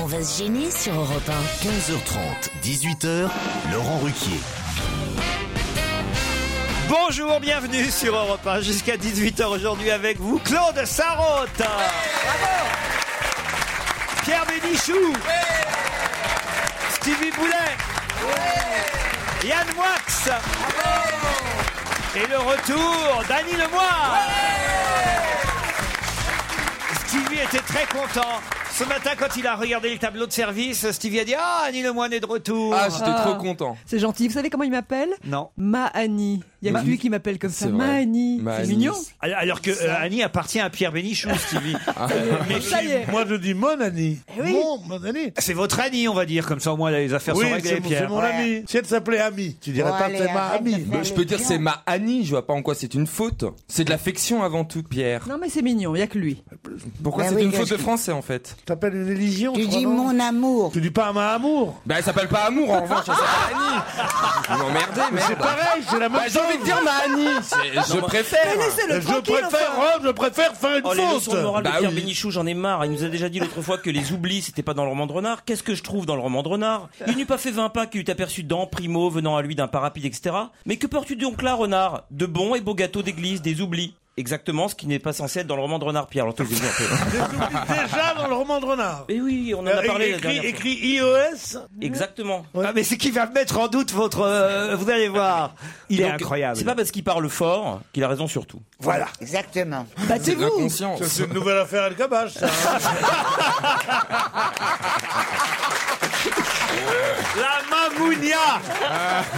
On va se gêner sur Europe 15h30, 18h, Laurent Ruquier. Bonjour, bienvenue sur Europe 1 jusqu'à 18h aujourd'hui avec vous, Claude Sarraute. Pierre Bénichou. Stevie Boulet. Yann Moix. Et le retour d'Annie Lemoir. Stevie était très content. Ce matin, quand il a regardé le tableau de service, Stevie a dit Ah, Annie Lemoine est de retour. Ah, j'étais trop content. C'est gentil. Vous savez comment il m'appelle Non. Ma Annie. Il y a Ma- que lui qui m'appelle comme ça. C'est Ma vrai. Bah, Annie. Ma C'est Annie. mignon. Alors- Alors que euh, Annie appartient à Pierre Bénichou, Stevie. Mais Ça y est. Moi, je dis mon Annie. Mon- C'est votre Annie, on va dire, comme ça au moins les affaires Oui, sont réglées, c'est mon- Pierre. c'est mon Ouais. ami. Si elle s'appelait Ami, tu dirais Bon, pas que allez, c'est ma arrête amie. de faire Je peux les dire gens. c'est ma Annie, je vois pas en quoi c'est une faute. C'est de l'affection avant tout, Pierre. Non, mais c'est mignon. Il y a que lui. Pourquoi Bah c'est oui, une parce faute de que- français en fait T'appelles une religion Tu dis mon amour. Tu dis pas ma amour. Bah elle s'appelle pas Amour en revanche, elle s'appelle Annie. Vous m'emmerdez, Mais merde. c'est pareil, c'est la même bah, J'ai envie chose. de dire ma Annie. C'est- Je préfère. Je préfère, Rome, je préfère faire une Oh, les fausse. leçons morales de Pierre Bénichou, j'en ai marre. Il nous a déjà dit l'autre fois que les oublis, c'était pas dans le roman de Renard. Qu'est-ce que je trouve dans le roman de Renard Il n'eût pas fait 20 pas qu'il eût aperçu Dan, Primo, venant à lui d'un parapluie, etc. Mais que portes-tu donc là, Renard De bons et beaux gâteaux d'église, des oublis. Exactement ce qui n'est pas censé être dans le roman de Renard, Pierre. Alors, toi, je le dis un peu. Déjà dans le roman de Renard. Mais oui, on Euh, en a parlé la Écrit, dernière fois. écrit IOS. Exactement. Ah, mais c'est qui va mettre en doute votre. euh, vous allez voir. Il est Donc, incroyable. C'est pas parce qu'il parle fort qu'il a raison sur tout. Voilà. Exactement. Battez-vous. Ça, C'est une nouvelle affaire à le cabage, ça. hein. La Mamounia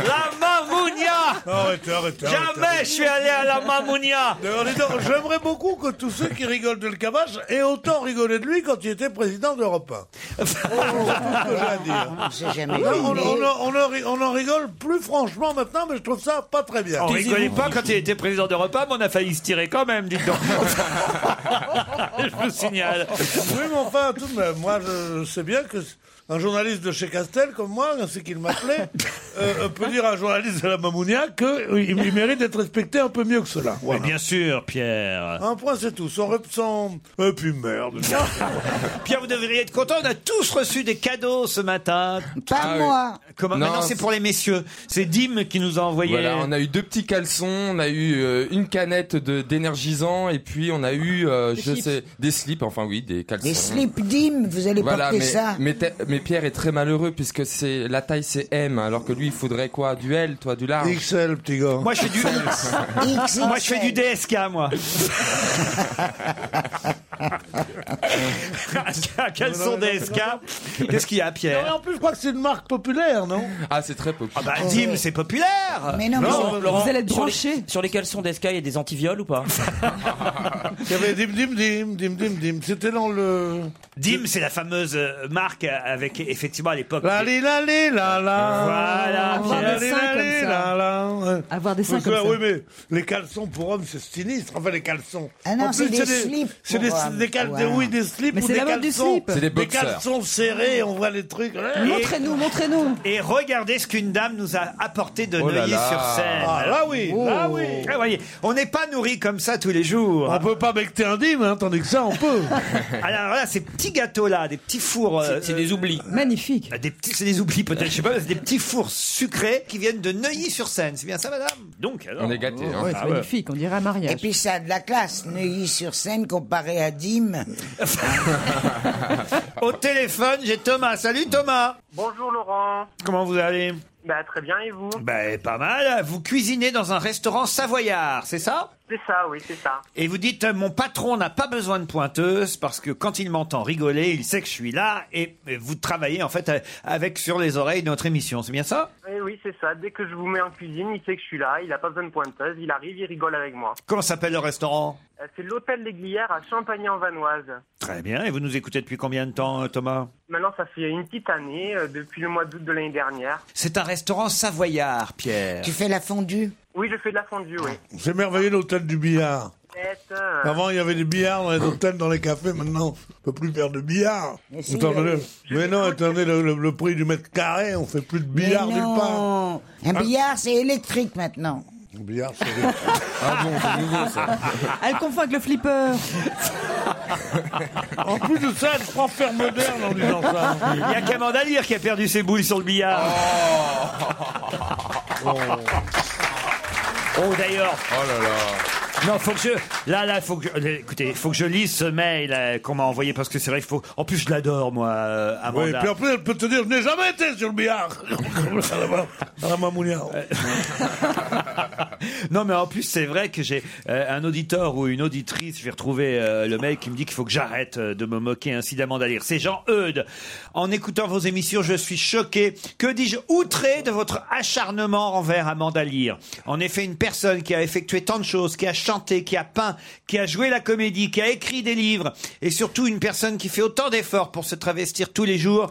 La Mamounia Euh. Arrêtez, arrêtez. Jamais je suis allé à la Mamounia D'ailleurs, dis donc, J'aimerais beaucoup que tous ceux qui rigolent de le cabage aient autant rigolé de lui quand il était président d'Europe 1. C'est tout ce que j'ai à dire. On s'est jamais Non, on, aimé. on en- on en ri- on en rigole plus franchement maintenant, mais je trouve ça pas très bien. On rigolait pas quand il était président de repas, mais on a failli se tirer quand même, dites donc Je vous signale Oui, mais enfin, tout de même, moi, je, je sais bien que c- un journaliste de chez Castel, comme moi, c'est qu'il m'appelait, euh, euh, peut dire à un journaliste de la Mamounia qu'il mérite d'être respecté un peu mieux que cela. Voilà. Ah. Mais bien sûr, Pierre Un point, c'est tout. Son, rep- son... Et puis merde. Pierre, vous devriez être content, on a tous reçu des cadeaux ce matin Pas Ah oui. moi. Comment Non, Mais Non, c'est pour les messieurs, c'est Dim qui nous a envoyé... Voilà, on a eu deux petits caleçons, on a eu euh, une canette de d'énergisant et puis on a eu, euh, je sais, des slips, enfin oui, des caleçons. Des slip dim, vous allez Voilà, porter mais, ça. mais, t'es- mais Pierre est très malheureux puisque c'est la taille c'est M alors que lui il faudrait quoi du L toi du large. XL, petit gars. Moi je fais du... XXL. Moi je fais du DSK moi Quels sont DSK Qu'est-ce qu'il y a Pierre Et en plus, je crois que c'est une marque populaire, non Ah c'est très populaire. Ah bah Dim, c'est populaire Mais non, mais Non, c'est- Laurent, Vous allez être sur les- branchés. Sur les caleçons d'Esca, il y a des antiviols ou pas Bah, Il y avait dim dim dim, dim dim dim. C'était dans le. Dim, c'est la fameuse euh, marque avec effectivement à l'époque. La li la li la la. Voilà, Pierre. La li la li la la. Avoir des seins Parce comme que, ça. Oui, mais les caleçons pour hommes, c'est sinistre. Enfin, les caleçons. Ah non, En c'est plus, des slips C'est pour des, hommes. des cal- Ouais. oui, des slips Mais ou c'est des la mode du caleçons. slip. C'est des des boxers. caleçons serrés, on voit les trucs. Montrez-nous, montrez-nous. Et regardez ce qu'une dame nous a apporté de Oh là là. Neuilly-sur-Seine. Ah, là oui, là oui. Ah, voyez, on n'est pas nourri comme ça tous les jours. On peut pas becter un dîme, hein, tandis que ça, on peut. Alors là, ces petits gâteaux là, des petits fours. euh, C'est c'est des oublis. Magnifique. euh, des petits, c'est des oublis peut-être, je sais pas, mais c'est des petits fours sucrés qui viennent de Neuilly-sur-Seine. C'est bien ça, madame Donc, alors. On est gâtés. Ah hein. Ouais, c'est magnifique. On dirait un mariage. Et puis ça a de la classe, Neuilly-sur-Seine comparé à Dim. Au téléphone, j'ai Thomas. Salut Thomas. Bonjour Laurent. Comment vous allez Bah très bien et vous Ben, pas mal. Vous cuisinez dans un restaurant savoyard, c'est ça C'est ça, oui, c'est ça. Et vous dites, euh, mon patron n'a pas besoin de pointeuse parce que quand il m'entend rigoler, il sait que je suis là et et vous travaillez en fait euh, avec sur les oreilles notre émission, c'est bien ça Eh oui, c'est ça. Dès que je vous mets en cuisine, il sait que je suis là, il a pas besoin de pointeuse, il arrive, il rigole avec moi. Comment s'appelle le restaurant Euh, C'est l'hôtel des Glières à Champagny-en-Vanoise. Très bien, et vous nous écoutez depuis combien de temps euh, Thomas Maintenant, ça fait une petite année, euh, depuis le mois d'août de l'année dernière. C'est un restaurant savoyard, Pierre. Tu fais la fondue Oui, je fais de la fondue, oui. C'est merveilleux l'hôtel du billard. Tête, euh, Avant, il y avait des billards dans les hôtels, dans les cafés. Maintenant, on peut plus faire de billard. Mais si, Attendez, euh, mais non, attendez, le, le- le prix du mètre carré, on fait plus de billard Mais nulle part. non. Un billard, c'est électrique maintenant. Billard, c'est- Ah bon, c'est nouveau ça. Ah. Elle confond avec le flipper. en plus de ça, je prends faire moderne en disant ça. Il y a Camandalire qui a perdu ses boules sur le billard. Oh, d'ailleurs. Oh là là. Non, faut que je. Là, là, faut que. je- euh, Écoutez, faut que je lise ce mail euh, qu'on m'a envoyé parce que c'est vrai qu'il faut. En plus, je l'adore, moi, euh, Oui, Amanda. puis après, elle peut te dire, je n'ai jamais été sur le billard. à la, ma- à la Mamounia. Euh, Non, mais en plus, c'est vrai que j'ai euh, un auditeur ou une auditrice, je vais retrouver euh, le mail qui me dit qu'il faut que j'arrête euh, de me moquer incidemment d'Alir. C'est Jean Eudes. En écoutant vos émissions, je suis choqué, que dis-je, outré de votre acharnement envers Amanda Lear. En effet, une personne qui a effectué tant de choses, qui a chanté, qui a peint, qui a joué la comédie, qui a écrit des livres, et surtout une personne qui fait autant d'efforts pour se travestir tous les jours,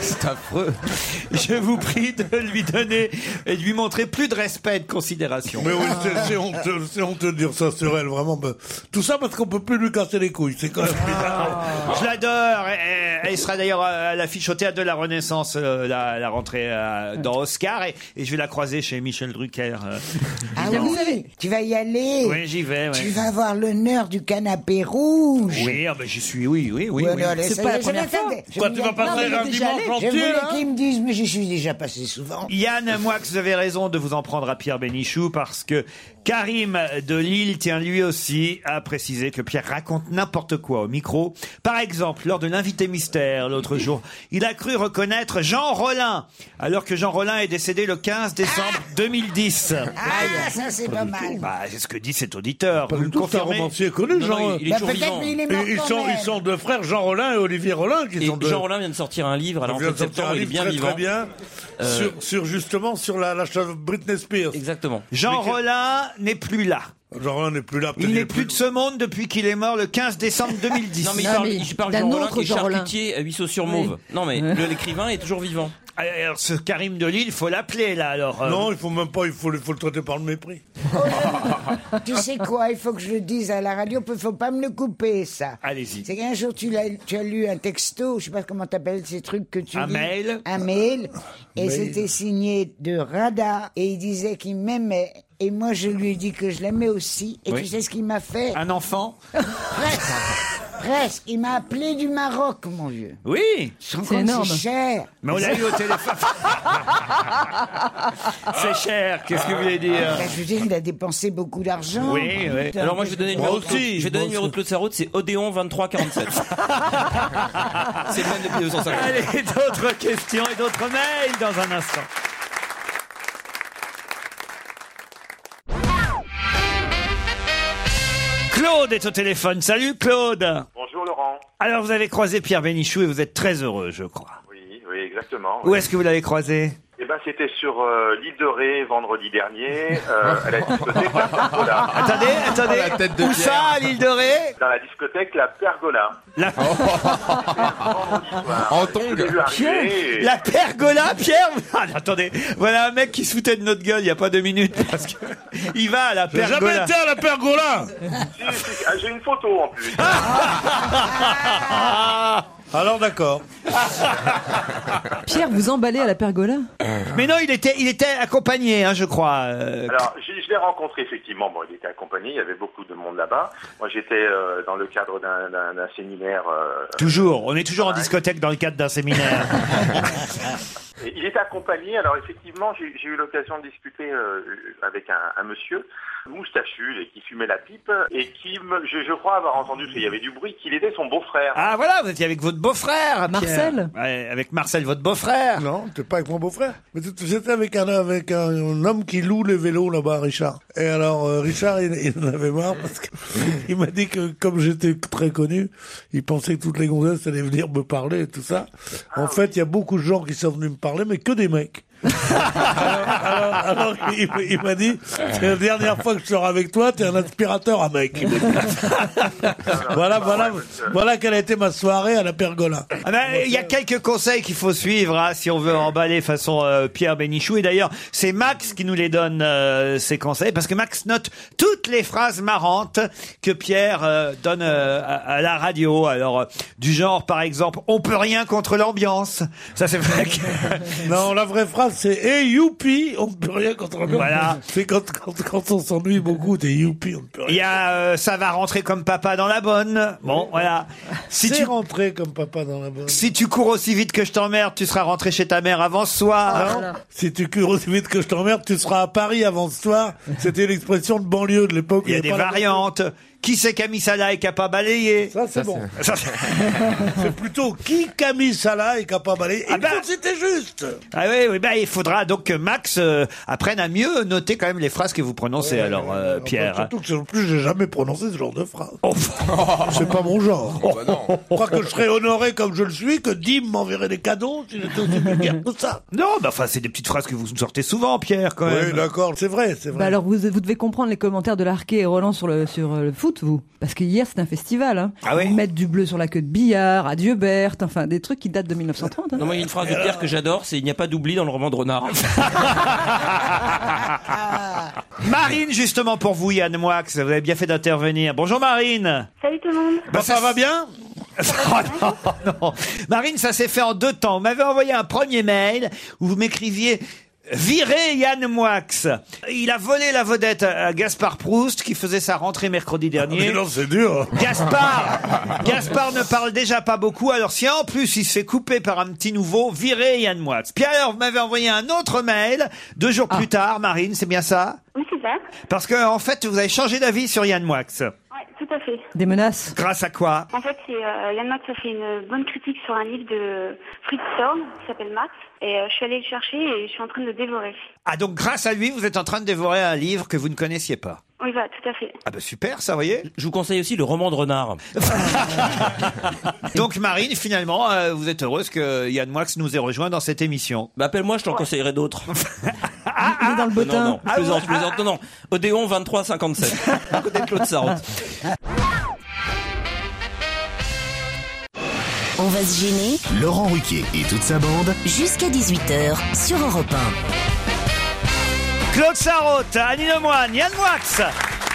C'est affreux. je vous prie de lui donner et de lui montrer plus de respect et de considération. Mais oui, c'est- c'est honteux, c'est honteux de dire ça sur elle, vraiment. ben, Tout ça parce qu'on peut plus lui casser les couilles. C'est quand même bizarre. Je l'adore. et- et- Elle sera d'ailleurs euh, à l'affiche au théâtre de la Renaissance euh, la, la rentrée euh, dans Oscar et, et je vais la croiser chez Michel Drucker. euh. Ah Vous oui, savez- tu vas y aller. Oui, j'y vais. Tu Ouais. vas avoir l'honneur du canapé rouge. Oui, ah ben, j'y suis. Oui, oui, oui. Ouais, oui. non, allez, C'est ça pas y la est, je première fois. m'attendais. Je Quoi, m'y tu vas attendais. passer mais un déjà dimanche allé, Je entier, voulais là qu'ils me disent, mais j'y suis déjà passé souvent. Yann, moi que vous avez raison de vous en prendre à Pierre Bénichou parce que Karim de Lille tient lui aussi à préciser que Pierre raconte n'importe quoi au micro. Par exemple, lors de l'invité mystère l'autre jour, il a cru reconnaître Jean Rollin alors que Jean Rollin est décédé le 15 décembre 2010. Ah, ça c'est pas mal. Bah, c'est ce que dit cet auditeur. Vous Comme le tout un confirmez romancier connu, Non, Jean. non, il, il est Bah, toujours peut-être, vivant. mais il est Et mort ils quand sont, même. ils sont deux frères, Jean Rollin et Olivier Rollin, qui Et sont deux. Jean Rollin vient de sortir un livre à la Ils viennent rentrée de de sortir septembre, il un est livre bien très, vivant. Euh, très bien sur, sur justement sur la, la chef Britney Spears. Exactement. Jean Rollin n'est plus là. Jean Rollin n'est plus là. peut-être Il qu'il n'est est plus de ce monde depuis qu'il est mort le 15 décembre 2010. Non mais il Non, parle, mais il parle d'un Jean Rollin autre qui est Jean Rollin. charcutier à Huisseau sur Mauve. Non mais le- l'écrivain est toujours vivant. Ah, Alors, ce Karim de Lille, faut l'appeler là alors. euh, Non, il faut même pas, il faut, il faut le traiter par le mépris. Tu sais quoi, il faut que je le dise à la radio, il faut pas me le couper, ça. Allez-y. C'est qu'un jour, tu, l'as- tu as lu un texto, je sais pas comment t'appelles ces trucs que tu Un lis. mail. Un mail. Et c'était signé de Rada, et il disait qu'il m'aimait. Et moi, je lui ai dit que je l'aimais aussi. Et Oui. Ah. tu sais ce qu'il m'a fait Un enfant Presque. Presque. Il m'a appelé du Maroc, mon vieux. Oui Tu te rends C'est compte, énorme. C'est cher. Mais on l'a eu au téléphone. C'est cher, qu'est-ce que vous voulez dire Ben, je veux dire, il a dépensé beaucoup d'argent. Oui, Ah, oui. Alors moi je vais donner le Moi numéro de Claude- aussi, je vais donner moi le numéro de Claude Sarraute, c'est Odéon 2347. c'est le même depuis 250. Allez, d'autres questions et d'autres mails dans un instant. Claude est au téléphone. Salut Claude Bonjour Laurent. Alors vous avez croisé Pierre Bénichou et vous êtes très heureux, je crois. Oui, oui, exactement. Où est-ce que vous l'avez croisé Eh ben, c'était sur euh, l'île de Ré vendredi dernier, euh, à la discothèque La Pergola. Attendez, attendez. la tête de Où Pierre. ça, à l'île de Ré Dans la discothèque La Pergola. La- Vendredi soir. En Je tongue. l'ai vu arriver et- La pergola, Pierre Ah, Attendez, voilà un mec qui se foutait de notre gueule il n'y a pas deux minutes parce que il va à la J'ai jamais pergola. été à la pergola Si, si, ah, J'ai une photo en plus. Ah. Alors d'accord. Pierre, vous emballez à la pergola Euh. Mais non, il était, il était accompagné, hein, je crois. euh, Alors, je, je l'ai rencontré effectivement. Bon, il était accompagné, il y avait beaucoup de monde là-bas. Moi, j'étais euh, dans le cadre d'un- d'un d'un séminaire. euh, Toujours, on est toujours en discothèque dans le cadre d'un séminaire. Et Il était accompagné, alors effectivement, j'ai j'ai eu l'occasion de discuter euh, avec un, un monsieur moustachu et qui fumait la pipe et qui, me, je, je crois avoir entendu qu'il y avait du bruit, qu'il aidait son beau-frère. Ah voilà, vous étiez avec votre beau-frère, Pierre. Marcel Ouais, avec Marcel, votre beau-frère. Non, t'es pas avec mon beau-frère. Mais t'es- j'étais avec un, avec un, homme qui loue les vélos là-bas, Richard. Et alors, euh, Richard, il, il en avait marre parce que il m'a dit que comme j'étais très connu, il pensait que toutes les gonzesses allaient venir me parler et tout ça. Ah En fait, il y a beaucoup de gens qui sont venus me parler, mais que des mecs. alors, alors- alors, Ah, il, m'a- il m'a dit, c'est la dernière fois que je sors avec toi, t'es un aspirateur à mec. Il m'a dit. voilà, bah voilà, voilà quelle a été ma soirée à la pergola. Ah ben, il y a quelques conseils qu'il faut suivre hein, si on veut emballer façon euh, Pierre Bénichou. Et d'ailleurs, c'est Max qui nous les donne, euh, ces conseils, parce que Max note toutes les phrases marrantes que Pierre euh, donne euh, à, à la radio. Alors, euh, du genre, par exemple, on peut rien contre l'ambiance. Ça, c'est vrai que... Non, la vraie phrase, c'est hey, youpi, on ne peut rien contre un homme. Voilà. C'est quand, quand, quand on s'ennuie beaucoup, t'es youpi, on ne peut Il rien. y a euh, ça va rentrer comme papa dans la bonne. Bon, voilà. Si C'est tu rentré comme papa dans la bonne. si tu cours aussi vite que je t'emmerde, tu seras rentré chez ta mère avant ce Ah, soir. Hein Si tu cures aussi vite que je t'emmerde, tu seras à Paris avant ce soir. C'était l'expression de banlieue de l'époque. Il y a avait des pas la- variantes. Qui c'est qui a mis ça là et qui a pas balayé Ça, c'est Ça, bon. Ça, C'est plutôt qui Camille Salah est capable d'aller. Ah Ah bah- c'était juste. Ah oui, oui, bah, il faudra donc que Max euh, apprenne à mieux noter quand même les phrases que vous prononcez alors, euh, Ah bah, Pierre. surtout que en plus, j'ai jamais prononcé ce genre de phrase. Oh. c'est pas mon genre. Bah non. Je crois que je serais honoré comme je le suis que Dim m'enverrait des cadeaux si j'étais aussi vulgaire que ça. Non, bah enfin, c'est des petites phrases que vous sortez souvent, Pierre, quand Oui, même. d'accord, c'est vrai, c'est vrai. Bah alors vous, vous devez comprendre les commentaires de Larquet et Roland sur le, sur euh, le foot, vous. Parce que hier c'était un festival. Hein. Ah oui Mettre du bleu sur la queue de billard, adieu Berthe, enfin des trucs qui datent de 1930. hein. Non, moi, il y a une phrase de Pierre que j'adore, c'est il n'y a pas d'oubli dans le roman de Renard. Ah, Marine, justement, pour vous, Yann Moix, vous avez bien fait d'intervenir. Bonjour, Marine. Salut tout le monde. Bah, ça va bien Oh non, non. Marine, ça s'est fait en deux temps. Vous m'avez envoyé un premier mail où vous m'écriviez Virez Yann Moix. Il a volé la vedette à à Gaspard Proust qui faisait sa rentrée mercredi dernier. Ah, Mais non, c'est dur. Gaspard Gaspard ne parle déjà pas beaucoup, alors si en plus il se fait couper par un petit nouveau, virez Yann Moix. Puis alors, vous m'avez envoyé un autre mail, deux jours Ah. plus tard, Marine, c'est bien ça Oui, c'est ça. Parce que, en fait, vous avez changé d'avis sur Yann Moix. Ouais, tout à fait. Des menaces. Grâce à quoi En fait, c'est euh, Yann Max a fait une bonne critique sur un livre de Fritz Thorn qui s'appelle Max. Et euh, je suis allée le chercher et je suis en train de le dévorer. Ah, donc grâce à lui, vous êtes en train de dévorer un livre que vous ne connaissiez pas. Oui, voilà, tout à fait. Ah bah super, ça, vous voyez Je vous conseille aussi le roman de Renard. Donc Marine, finalement, euh, vous êtes heureuse que Yann Moix nous ait rejoint dans cette émission. Bah, appelle-moi, je t'en conseillerai d'autres. Il est ah, Ah dans le Non, bottin. Ah non, je plaisante, je plaisante. Non, non. Odéon 2357. À côté de Claude Sarraute. On va se gêner Laurent Ruquier et toute sa bande. jusqu'à 18h sur Europe Claude Sarraute, Annie Lemoine, Yann Moix,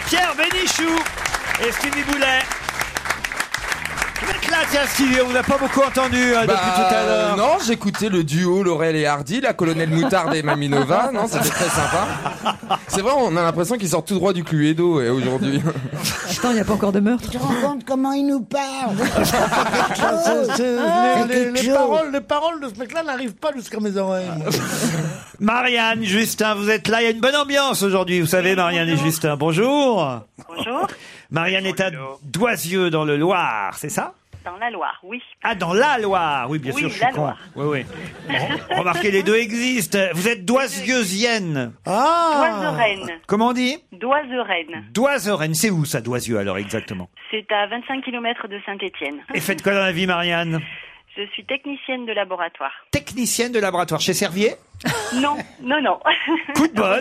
Pierre Bénichou et Stevie Boulet. Vous êtes là, tiens, Stevie, on vous a pas beaucoup entendu euh, Bah, depuis tout à l'heure. non, j'écoutais le duo Laurel et Hardy, la colonelle Moutarde et Maminova. Non, c'était très sympa. C'est vrai, on a l'impression qu'ils sortent tout droit du Cluedo et aujourd'hui. Attends, il n'y a pas encore de meurtre. Tu te Hein rends compte comment il nous parle Ah, C'est- Ah, c'est- les, les- quelque les chose. paroles, les paroles de ce mec-là n'arrivent pas jusqu'à mes oreilles. moi. Marianne, Justin, vous êtes là. Il y a une bonne ambiance aujourd'hui, vous savez, Marianne et Justin. Bonjour. Bonjour. Marianne est à Bonjour. Doisieux, dans le Loir, c'est ça Dans la Loire, oui. Ah, dans la Loire. Oui, bien Oui, sûr, je suis la con. Loire. Oui, oui. Remarquez, les deux existent. Vous êtes Doisieusienne. Ah Comment on dit Doisereine. Doisereine. C'est où ça, Doisieux, alors, exactement C'est à 25 km de Saint-Étienne. Et faites quoi dans la vie, Marianne Je suis technicienne de laboratoire. Technicienne de laboratoire chez Servier. Non, non, non. Coup de bol.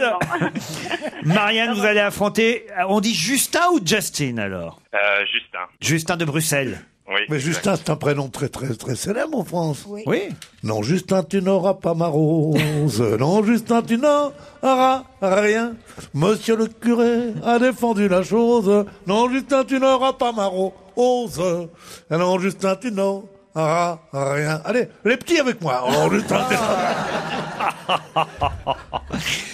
Marianne, vous allez affronter. euh, On dit Justin ou Justin alors Euh, Justin. Justin de Bruxelles. Oui. Mais Justin, c'est un prénom très très très célèbre en France. Oui. Non, Justin, tu n'auras pas ma rose. Non, Justin, tu n'auras rien. Monsieur le curé a défendu la chose. Non, Justin, tu n'auras pas ma rose. Non, Justin, tu n'auras rien. Allez, les petits avec moi. Oh, Non, Justin, tu n'auras-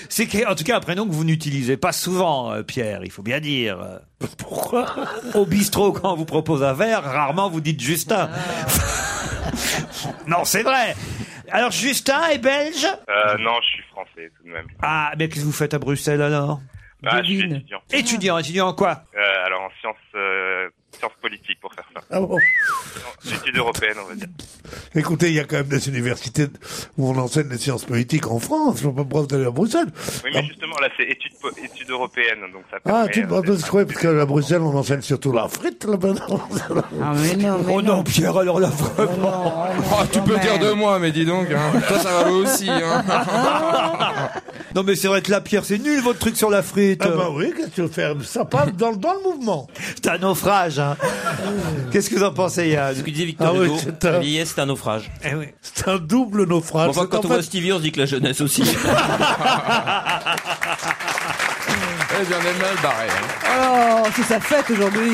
C'est que- en tout cas un prénom que vous n'utilisez pas souvent, euh, Pierre. Il faut bien dire. Euh, Pourquoi Au bistrot, quand on vous propose un verre, rarement vous dites Justin. non, c'est vrai. Alors Justin est belge. Euh, non, je suis français tout de même. Ah, mais qu'est-ce que vous faites à Bruxelles alors Bah, je suis Devine. étudiant. Étudiant, étudiant en quoi Euh, alors en sciences, euh, sciences politiques pour faire ça. Ah bon Études européennes, on va dire. Écoutez, il y a quand même des universités où on enseigne les sciences politiques en France. Je ne pas preuve d'aller à Bruxelles. Oui, mais justement, là, c'est études, po- études européennes, donc ça Ah, permet, tu euh, me demandes d'être ce que- parce qu'à Bruxelles, on enseigne surtout la frite là-bas. euh, Ah, mais non, mais Oh non, Pierre, alors là. Oh, tu peux Quand dire même. de moi, mais dis donc, hein. toi ça va aussi. Hein. Non, mais c'est vrai que la Pierre, c'est nul votre truc sur la frite. Ah bah oui, qu'est-ce que tu veux faire Ça passe dans, dans le mouvement. C'est un naufrage. hein. Qu'est-ce que vous en pensez Yann Ce que disait Victor Ah oui, Hugo, c'est un- la vieillesse, c'est un naufrage. Eh oui. C'est un double naufrage. Bon, enfin, C'est en quand on fait- voit Stevie, on se dit que la jeunesse aussi. Eh bien, on est mal hein. barré. hein. Oh, c'est sa fête aujourd'hui.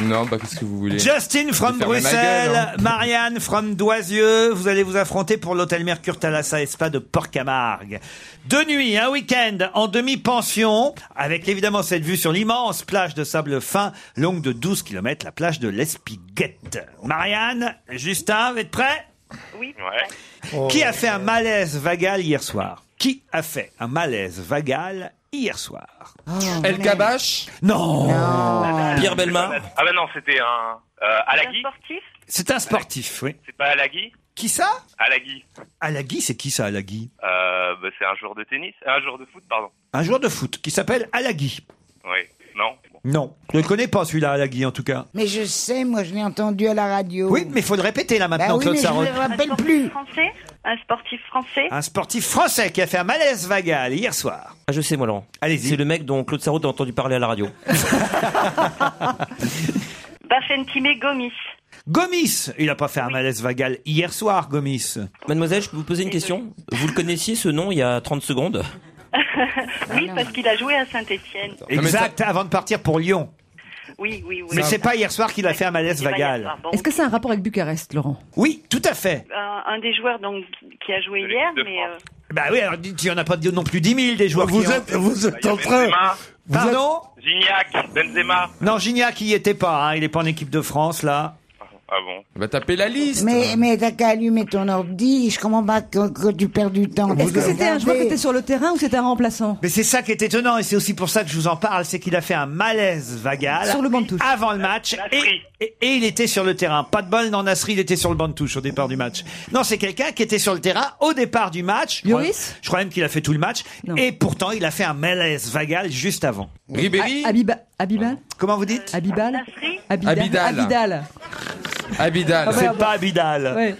Non, bah qu'est-ce que vous voulez Justin from Je vais fermer ma gueule, Bruxelles, hein. Marianne from Doisieux, vous allez vous affronter pour l'hôtel Mercure Thalassa et Spa de Port-Camargue. Deux nuits, un week-end en demi-pension, avec évidemment cette vue sur l'immense plage de sable fin, longue de 12 km, la plage de l'Espiguette. Marianne, Justin, vous êtes prêts Oui. Qui a fait un malaise vagal hier soir Qui a fait un malaise vagal hier soir El Kabash Non, Pierre Belmar Ah bah non, c'était un... Euh, Alagui C'est un sportif, oui. C'est pas Alagui Qui ça Alagui. Alagui, c'est qui ça, Alagui Euh, bah, c'est un joueur de tennis. Un joueur de foot, pardon. Un joueur de foot qui s'appelle Alagui. Oui. Non Non, je ne le connais pas celui-là, Alagui, en tout cas. Mais je sais, moi je l'ai entendu à la radio. Oui, mais il faut le répéter là maintenant, Bah oui, Claude mais je Sarraud. me rappelle plus. Français Un sportif français Un sportif français qui a fait un malaise vagal hier soir. Ah, je sais, moi, Laurent. Allez-y. C'est le mec dont Claude Sarraud a entendu parler à la radio. Bafentimé Gomis. Gomis, il n'a pas fait un malaise vagal hier soir, Gomis. Mademoiselle, je peux vous poser une question Vous le connaissiez, ce nom, il y a 30 secondes oui, parce qu'il a joué à Saint-Etienne. Exact, avant de partir pour Lyon. Oui, oui, oui. Mais c'est pas hier soir qu'il a fait un malaise C'est pas hier vagal. soir, bon. Est-ce que c'est un rapport avec Bucarest, Laurent Oui, tout à fait. Un, un des joueurs donc, qui a joué hier, mais... euh, Bah oui, alors dites, il n'y en a pas non plus 10 000 des joueurs Vous qui ont- êtes- vous êtes en train- vous Pardon Gignac, Benzema. Non, Gignac n'y était pas, hein, il n'est pas en équipe de France là. Ah bon Bah taper la liste Mais, mais t'as qu'à allumer ton ordi, je comprends pas que, que tu perds du temps. Est-ce que c'était un joueur qui était sur le terrain ou c'était un remplaçant Mais c'est ça qui est étonnant et c'est aussi pour ça que je vous en parle, c'est qu'il a fait un malaise vagal Sur le banc de touche. avant le match Euh, et, et- et il était sur le terrain. Pas de bol, non, Nasri, il était sur le banc de touche au départ du match. Non, c'est quelqu'un qui était sur le terrain au départ du match. Je crois- Lloris Je crois même qu'il a fait tout le match Non. et pourtant il a fait un malaise vagal juste avant. Ribéry Ah, Abiba- Abibal Comment vous dites Abibal Abidal Abidal. Abidal. Abidal. Ah ouais, C'est ah bon. pas Abidal. Ouais.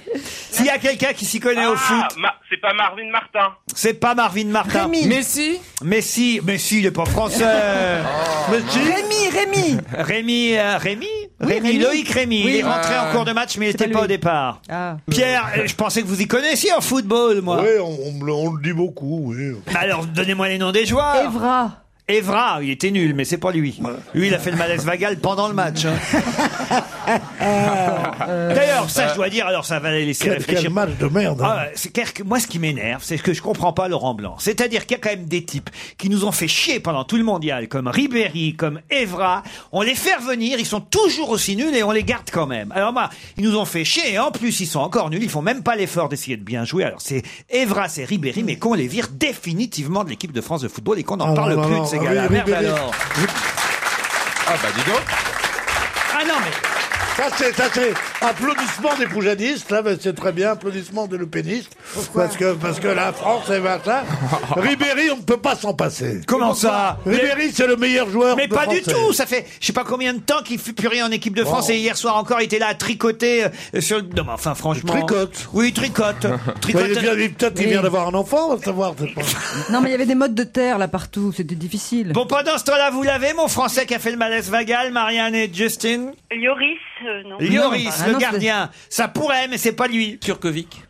S'il y a quelqu'un qui s'y connaît au foot, Ah, Ma- c'est pas Marvin Martin. c'est pas Marvin Martin. Rémi. Messi Messi, Messi, il est pas français. Messi. Oh, Rémi, Rémi Rémi, euh, Rémi, Rémi, Rémi. Loïc Rémi. Oui. Il est rentré Ah. en cours de match, mais il pas n'était pas, lui. au départ. Ah. Pierre, euh, je pensais que vous y connaissiez en football, moi. Bah Oui, on, on me le- on le dit beaucoup, oui. Alors, donnez-moi les noms des joueurs. Evra. Evra, il était nul, mais c'est pas lui. Lui, il a fait le malaise vagal pendant le match. hein. Euh, D'ailleurs, ça, je dois dire, alors ça va les laisser Quel, réfléchir. quel match de merde. hein. Ah, c'est clair que moi, ce qui m'énerve, c'est que je comprends pas Laurent Blanc. C'est-à-dire qu'il y a quand même des types qui nous ont fait chier pendant tout le mondial, comme Ribéry, comme Evra. On les fait revenir, ils sont toujours aussi nuls et on les garde quand même. Alors moi, ils nous ont fait chier et en plus, ils sont encore nuls. Ils font même pas l'effort d'essayer de bien jouer. Alors c'est Evra, c'est Ribéry, mais qu'on les vire définitivement de l'équipe de France de football et qu'on n'en Ah, parle non, non, plus non. de ces Ah gars-là. oui, Merde Ribéry. alors. Ah bah dis donc Ah non, mais Ça, c'est, ça, c'est applaudissement des poujadistes, là, ben, c'est très bien, applaudissement des lepénistes. parce que, parce que la France, elle va ça. Ribéry, on ne peut pas s'en passer. comment ça Ribéry, c'est le meilleur joueur. Mais de pas du français. tout. Ça fait je sais pas combien de temps qu'il fut plus rien en équipe de France et hier soir encore il était là à tricoter euh, sur. Non mais enfin franchement. Il tricote. Oui il tricote. Ouais, il tricote. vient- il- peut-être qu'il vient Oui. d'avoir un enfant, on va savoir. c'est pas- Non, mais il y avait des modes de terre là partout, c'était difficile. Bon pendant ce temps-là vous l'avez mon Français qui a fait le malaise vagal Marianne et Justin. Lloris, euh, non. Lloris Ah le non, c'est- gardien. Ça pourrait mais c'est pas lui. Turkovic.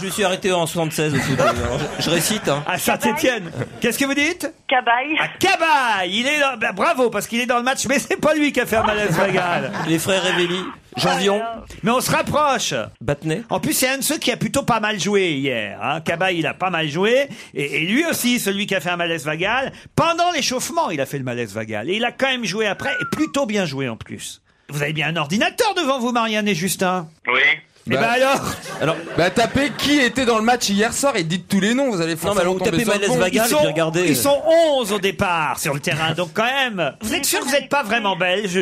je me suis arrêté en 76 au foot. Alors, je- Je récite. Hein. À Saint-Étienne. Qu'est-ce que vous dites Cabaye. À Cabaye. Il est dans- bah, bravo parce qu'il est dans le match mais c'est pas lui qui a Ah, fait un malaise vagal. Les frères Révelli, Jean Vion, Ah, Mais on se rapproche. Battenay. En plus, c'est un de ceux qui a plutôt pas mal joué hier. Hein. Cabaye, il a pas mal joué. Et, et lui aussi, celui qui a fait un malaise vagal. Pendant l'échauffement, il a fait le malaise vagal. Et il a quand même joué après, et plutôt bien joué en plus. Vous avez bien un ordinateur devant vous, Marianne et Justin Oui. Eh ben Bah. alors Alors, Bah tapez qui était dans le match hier soir et dites tous les noms, vous allez Non, mais forcément vous tomber tapez sur le Malaise bon. Vagal. ils sont, j'ai regardé. ils sont 11 au départ sur le terrain, donc quand même. Vous êtes sûr que vous n'êtes pas vraiment belge,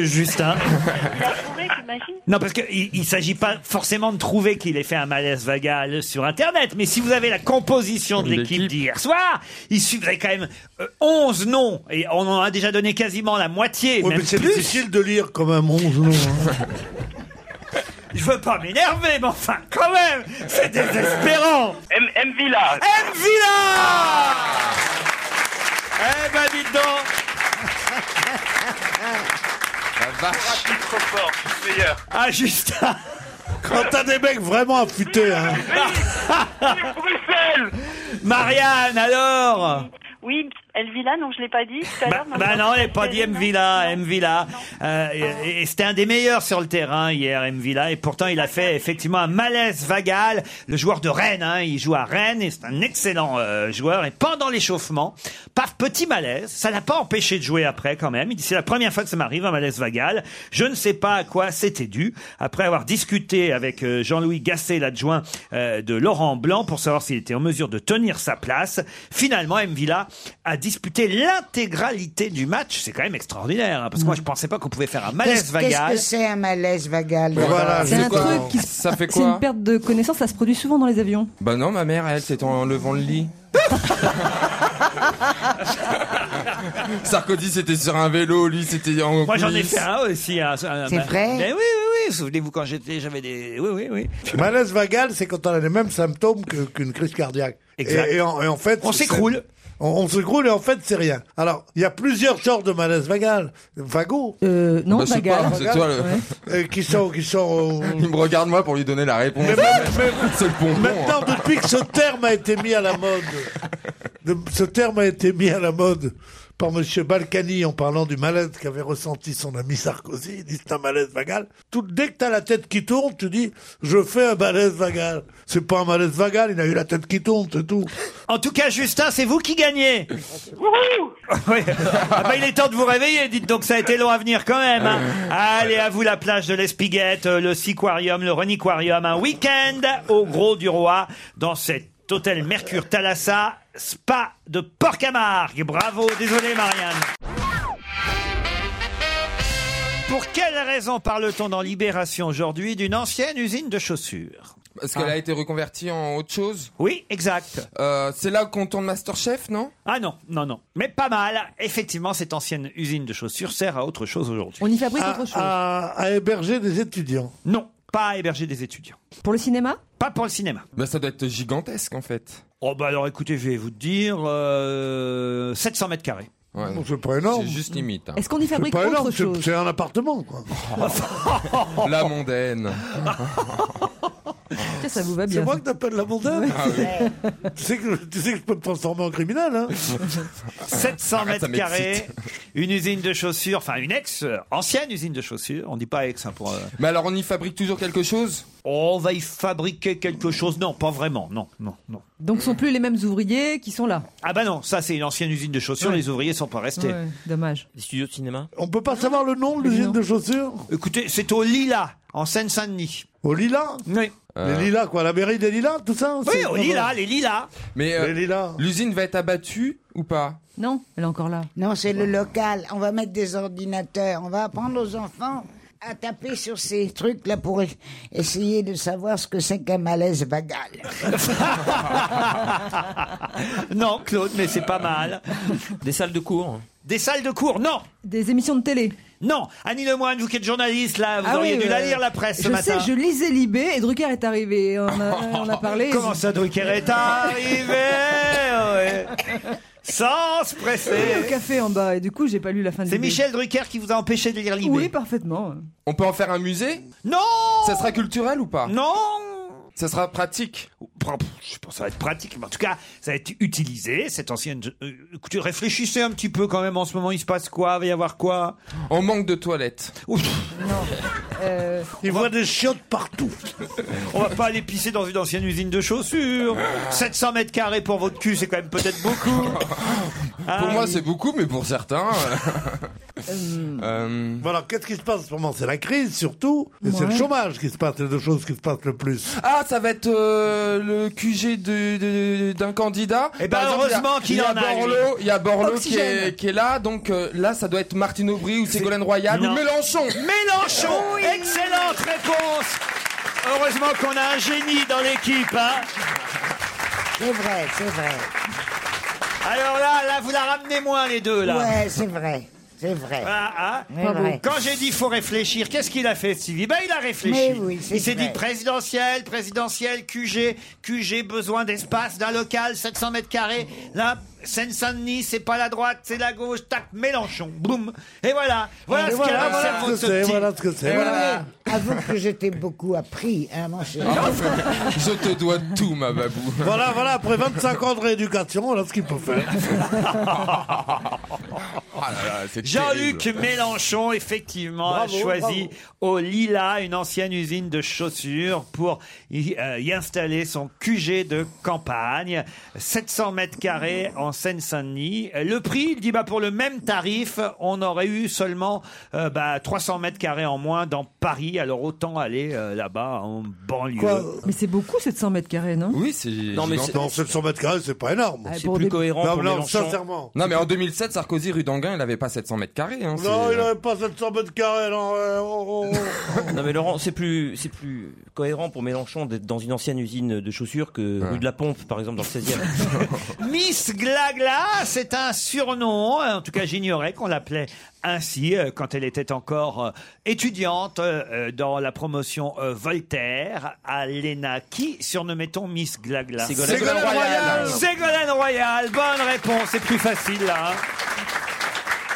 La Justin forêt, t'imagines Non, parce qu'il ne s'agit pas forcément de trouver qu'il ait fait un malaise vagal sur Internet, mais si vous avez la composition de l'équipe L'équipe. d'hier soir, il suffisait quand même euh, 11 noms, et on en a déjà donné quasiment la moitié, Ouais, même mais c'est plus. difficile de lire comme un monstre. non, hein. Je veux pas m'énerver, mais enfin, quand même, c'est désespérant M. M. Villa. M. Villa Eh ben, dites donc Ah, vache. Rapide, trop fort. Meilleur. Ah, Justin Quand t'as des mecs vraiment affûtés, hein. Bruxelles Marianne, alors Oui, Elvila, non, je l'ai pas dit tout à l'heure. donc- Bah non, elle n'est pas dit M. Villa, M. Villa. Euh, et- et C'était un des meilleurs sur le terrain hier, M. Villa. Et pourtant, il a fait effectivement un malaise vagal. Le joueur de Rennes, hein, il joue à Rennes et c'est un excellent euh, joueur. Et pendant l'échauffement, paf, petit malaise. Ça n'a pas empêché de jouer après quand même. Il dit, c'est la première fois que ça m'arrive, un malaise vagal. Je ne sais pas à quoi c'était dû. Après avoir discuté avec euh, Jean-Louis Gasset, l'adjoint euh, de Laurent Blanc, pour savoir s'il était en mesure de tenir sa place, finalement, M. Villa a disputé l'intégralité du match. C'est quand même extraordinaire, hein, parce que moi, je pensais pas qu'on pouvait faire un malaise Mm. Qu'est-ce qu'est-ce vagal. que c'est un malaise vagal c'est un truc qui Ça fait C'est une quoi perte de connaissance, ça se produit souvent dans les avions. Bah non, ma mère, elle, c'est en levant le lit. Sarkozy, c'était sur un vélo, lui, c'était en. Moi, j'en ai coulisses. fait un aussi. un- un- C'est un- vrai Euh, Mais oui, oui, oui. Souvenez-vous, quand j'étais, j'avais des. Oui, oui, oui. Malaise vagal, c'est quand on a les mêmes symptômes que- qu'une crise cardiaque. Exact. Et, et en, et en fait, On c'est- s'écroule. On, on s'écroule et en fait, c'est rien. Alors, il y a plusieurs genres de malaise vagal. Vago non, Bah, je sais vagal. pas, c'est toi, le- Euh, qui sont, qui sont. euh, Il me regarde, moi, pour lui donner la réponse. ben, c'est le bonbon. Maintenant, hein. depuis que ce terme a été mis à la mode, de- ce terme a été mis à la mode par Monsieur Balkany en parlant du malaise qu'avait ressenti son ami Sarkozy. Il dit c'est un malaise vagal. Tout, dès que t'as la tête qui tourne, tu dis je fais un malaise vagal. C'est pas un malaise vagal, il a eu la tête qui tourne, c'est tout. En tout cas, Justin, c'est vous qui gagnez. Oui. Ah bah, il est temps de vous réveiller. Dites donc, ça a été long à venir quand même. hein. Allez, à vous la plage de l'Espiguette, euh, le Siquarium, le Reniquarium. Un week-end au Gros du Roi dans cet hôtel Mercure Thalassa, spa de Port-Camargue. Bravo. Désolé, Marianne. Pour quelle raison parle-t-on dans Libération aujourd'hui d'une ancienne usine de chaussures Ah. Parce qu'elle a été reconvertie en autre chose Euh, Oui, exact. c'est là qu'on tourne Masterchef, non Ah non, non, non. Mais pas mal. Effectivement, cette ancienne usine de chaussures sert à autre chose aujourd'hui. Ah, On y fabrique À, autre chose. à- à eh héberger des étudiants. Non, pas à héberger des étudiants. Pour le cinéma Pas pour le cinéma. Bah, ça doit être gigantesque, en fait. Oh bah alors écoutez, je vais vous dire euh, 700 mètres carrés. Bon, c'est pas énorme. C'est juste limite. ben, hein. Est-ce qu'on y C'est fabrique pas autre énorme, c'est- chose C'est un appartement, quoi. La mondaine. Tiens, Ça vous va C'est bien. moi que t'appelles la mondaine Ah tu, sais que, tu sais que je peux me transformer en criminel, hein Ah, 700 Arrête, ça mètres m'excite. carrés, une usine de chaussures, enfin une ex, euh, ancienne usine de chaussures. On dit pas ex hein, pour. euh, Mais alors, on y fabrique toujours quelque chose On va y fabriquer quelque chose Non, pas vraiment. Non, non, non. Donc ce sont plus les mêmes ouvriers qui sont là. Ah bah non, ça c'est une ancienne usine de chaussures. Ouais. Les ouvriers sont pas restés. Ouais, dommage. Les studios de cinéma On peut pas savoir le nom de l'usine de chaussures Écoutez, c'est au Lila, en Seine-Saint-Denis. Au lilas Oui. Euh. Les lilas, quoi. La mairie des lilas, tout ça Oui, au Lila, les Lilas. Mais euh, l'usine va être abattue ou pas Non, elle est encore là. Non, c'est le local. On va mettre des ordinateurs. On va apprendre aux enfants à taper sur ces trucs-là pour e- essayer de savoir ce que c'est qu'un malaise vagal. Non, Claude, mais c'est pas mal. Des salles de cours Des salles de cours, non Des émissions de télé. Non Annie Lemoine, vous qui êtes journaliste, là, vous Ah auriez oui, dû la euh, lire, la presse, ce je matin. sais, je lisais Libé et Drucker est arrivé. On a, on a parlé. Comment ça, Drucker est arrivé ouais. Sans se J'étais au presser café en bas et du coup j'ai pas lu la fin de C'est Libé. Michel Drucker qui vous a empêché de lire Libé Oui, parfaitement. On peut en faire un musée Non Ça sera culturel ou pas Non Ça sera pratique Je pense que ça va être pratique, mais en tout cas, ça va être utilisé, cette ancienne... euh, Écoutez, réfléchissez un petit peu quand même, en ce moment, il se passe quoi Il va y avoir quoi On manque de toilettes. Ouf, Euh, Ils voient des chiottes partout. On va pas aller pisser dans une ancienne usine de chaussures 700 mètres carrés pour votre cul, c'est quand même peut-être beaucoup Ah Pour moi, c'est beaucoup, mais pour certains. Hum. euh, Bon, alors, qu'est-ce qui se passe en ce moment C'est la crise, surtout. Et c'est le Ouais. chômage qui se passe, les deux choses qui se passent le plus. Ah, ça va être euh, le QG de- de- d'un candidat. Eh ben, Par exemple, heureusement qu'il il y a- en a, Il y a Borloo, il y a Borloo qui, Oxygène. est, qui est là, donc euh, là, ça doit être Martine Aubry ou Ségolène Royal ou Non. Mélenchon. Ah, Mélenchon Excellente réponse Heureusement qu'on a un génie dans l'équipe. hein. C'est vrai, c'est vrai. Alors là, là, vous la ramenez moins les deux là. Ouais, c'est vrai. C'est vrai. Ah, C'est vrai. Quand j'ai dit faut réfléchir, qu'est-ce qu'il a fait, Stevie Ben, il a réfléchi. Mais oui, c'est il s'est vrai. dit présidentiel, présidentiel, QG, QG, besoin d'espace, d'un local, 700 mètres carrés. Là, Seine-Saint-Denis, c'est pas la droite, c'est la gauche. Tac, Mélenchon. Boum. Et voilà. Voilà Et ce voilà, qu'a le voilà cerveau ce de que ce c'est, petit. voilà ce que c'est. Et voilà. Ah, Avoue que je t'ai beaucoup appris, hein, mon cher. Je te dois tout, ma babou. Voilà, voilà, après 25 ans de rééducation, voilà ce qu'il peut faire. Ah Jean-Luc Mélenchon, effectivement, Bravo, a choisi bravo. au Lila, une ancienne usine de chaussures, pour y, euh, y installer son QG de campagne, 700 mètres carrés en Seine-Saint-Denis. Euh, Le prix, il dit, bah, pour le même tarif, on aurait eu seulement euh, bah, 300 mètres carrés en moins dans Paris. Alors autant aller euh, là-bas en banlieue. Mais c'est beaucoup 700 mètres carrés, non Oui, c'est. Non, mais c'est- Non, 700 mètres carrés, c'est pas énorme. Ah, C'est pour plus des- cohérent Non, pour non, Mélenchon. sincèrement. Non, mais en 2007, Sarkozy, rue d'Anguin, il avait pas 700 mètres carrés. Hein, Non, c'est- il n'avait pas 700 mètres carrés, non. euh, oh, oh, oh. Non mais Laurent, c'est plus c'est plus cohérent pour Mélenchon d'être dans une ancienne usine de chaussures que rue de la Pompe par exemple dans le 16e. Miss Glagla, c'est un surnom. hein, En tout cas, j'ignorais qu'on l'appelait ainsi euh, quand elle était encore euh, étudiante euh, dans la promotion euh, Voltaire à l'ENA. Qui surnommait-on Miss Glagla Ségolène Ségolène Royal. Royal. Ségolène Royal. Bonne réponse. C'est plus facile là. hein.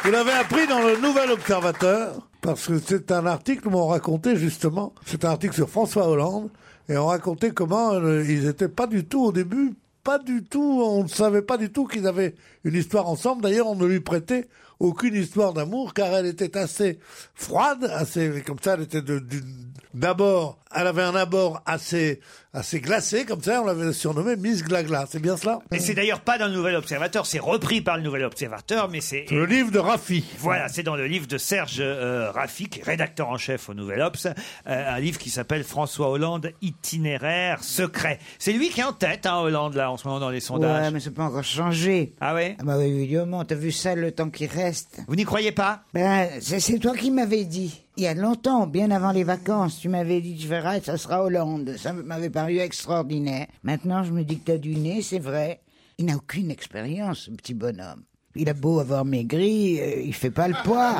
Vous l'avez appris dans le Nouvel Observateur, parce que c'est un article où on racontait justement, c'est un article sur François Hollande, et on racontait comment euh, ils n'étaient pas du tout au début, pas du tout, on ne savait pas du tout qu'ils avaient une histoire ensemble. D'ailleurs, on ne lui prêtait aucune histoire d'amour, car elle était assez froide, assez comme ça, elle était de- d'une- d'abord, elle avait un abord assez assez glacé, comme ça, on l'avait surnommée Miss Glagla. C'est bien cela Et c'est d'ailleurs pas dans le Nouvel Observateur, c'est repris par le Nouvel Observateur, mais c'est... Le livre de Raffi. Voilà, c'est dans le livre de Serge euh, Raffi, qui est rédacteur en chef au Nouvel Obs, euh, un livre qui s'appelle François Hollande, itinéraire secret. C'est lui qui est en tête, hein, Hollande, là, en ce moment, dans les sondages. Ouais, mais c'est pas encore changé. Ah ouais Bah oui, évidemment, t'as vu ça le temps qui reste. Vous n'y croyez pas Ben, c'est c'est toi qui m'avais dit. Il y a longtemps, bien avant les vacances, tu m'avais dit, tu verras, ça sera Hollande. Ça m'avait paru extraordinaire. Maintenant, je me dis que t'as du nez, c'est vrai. Il n'a aucune expérience, ce petit bonhomme. Il a beau avoir maigri, euh, il fait pas le poids.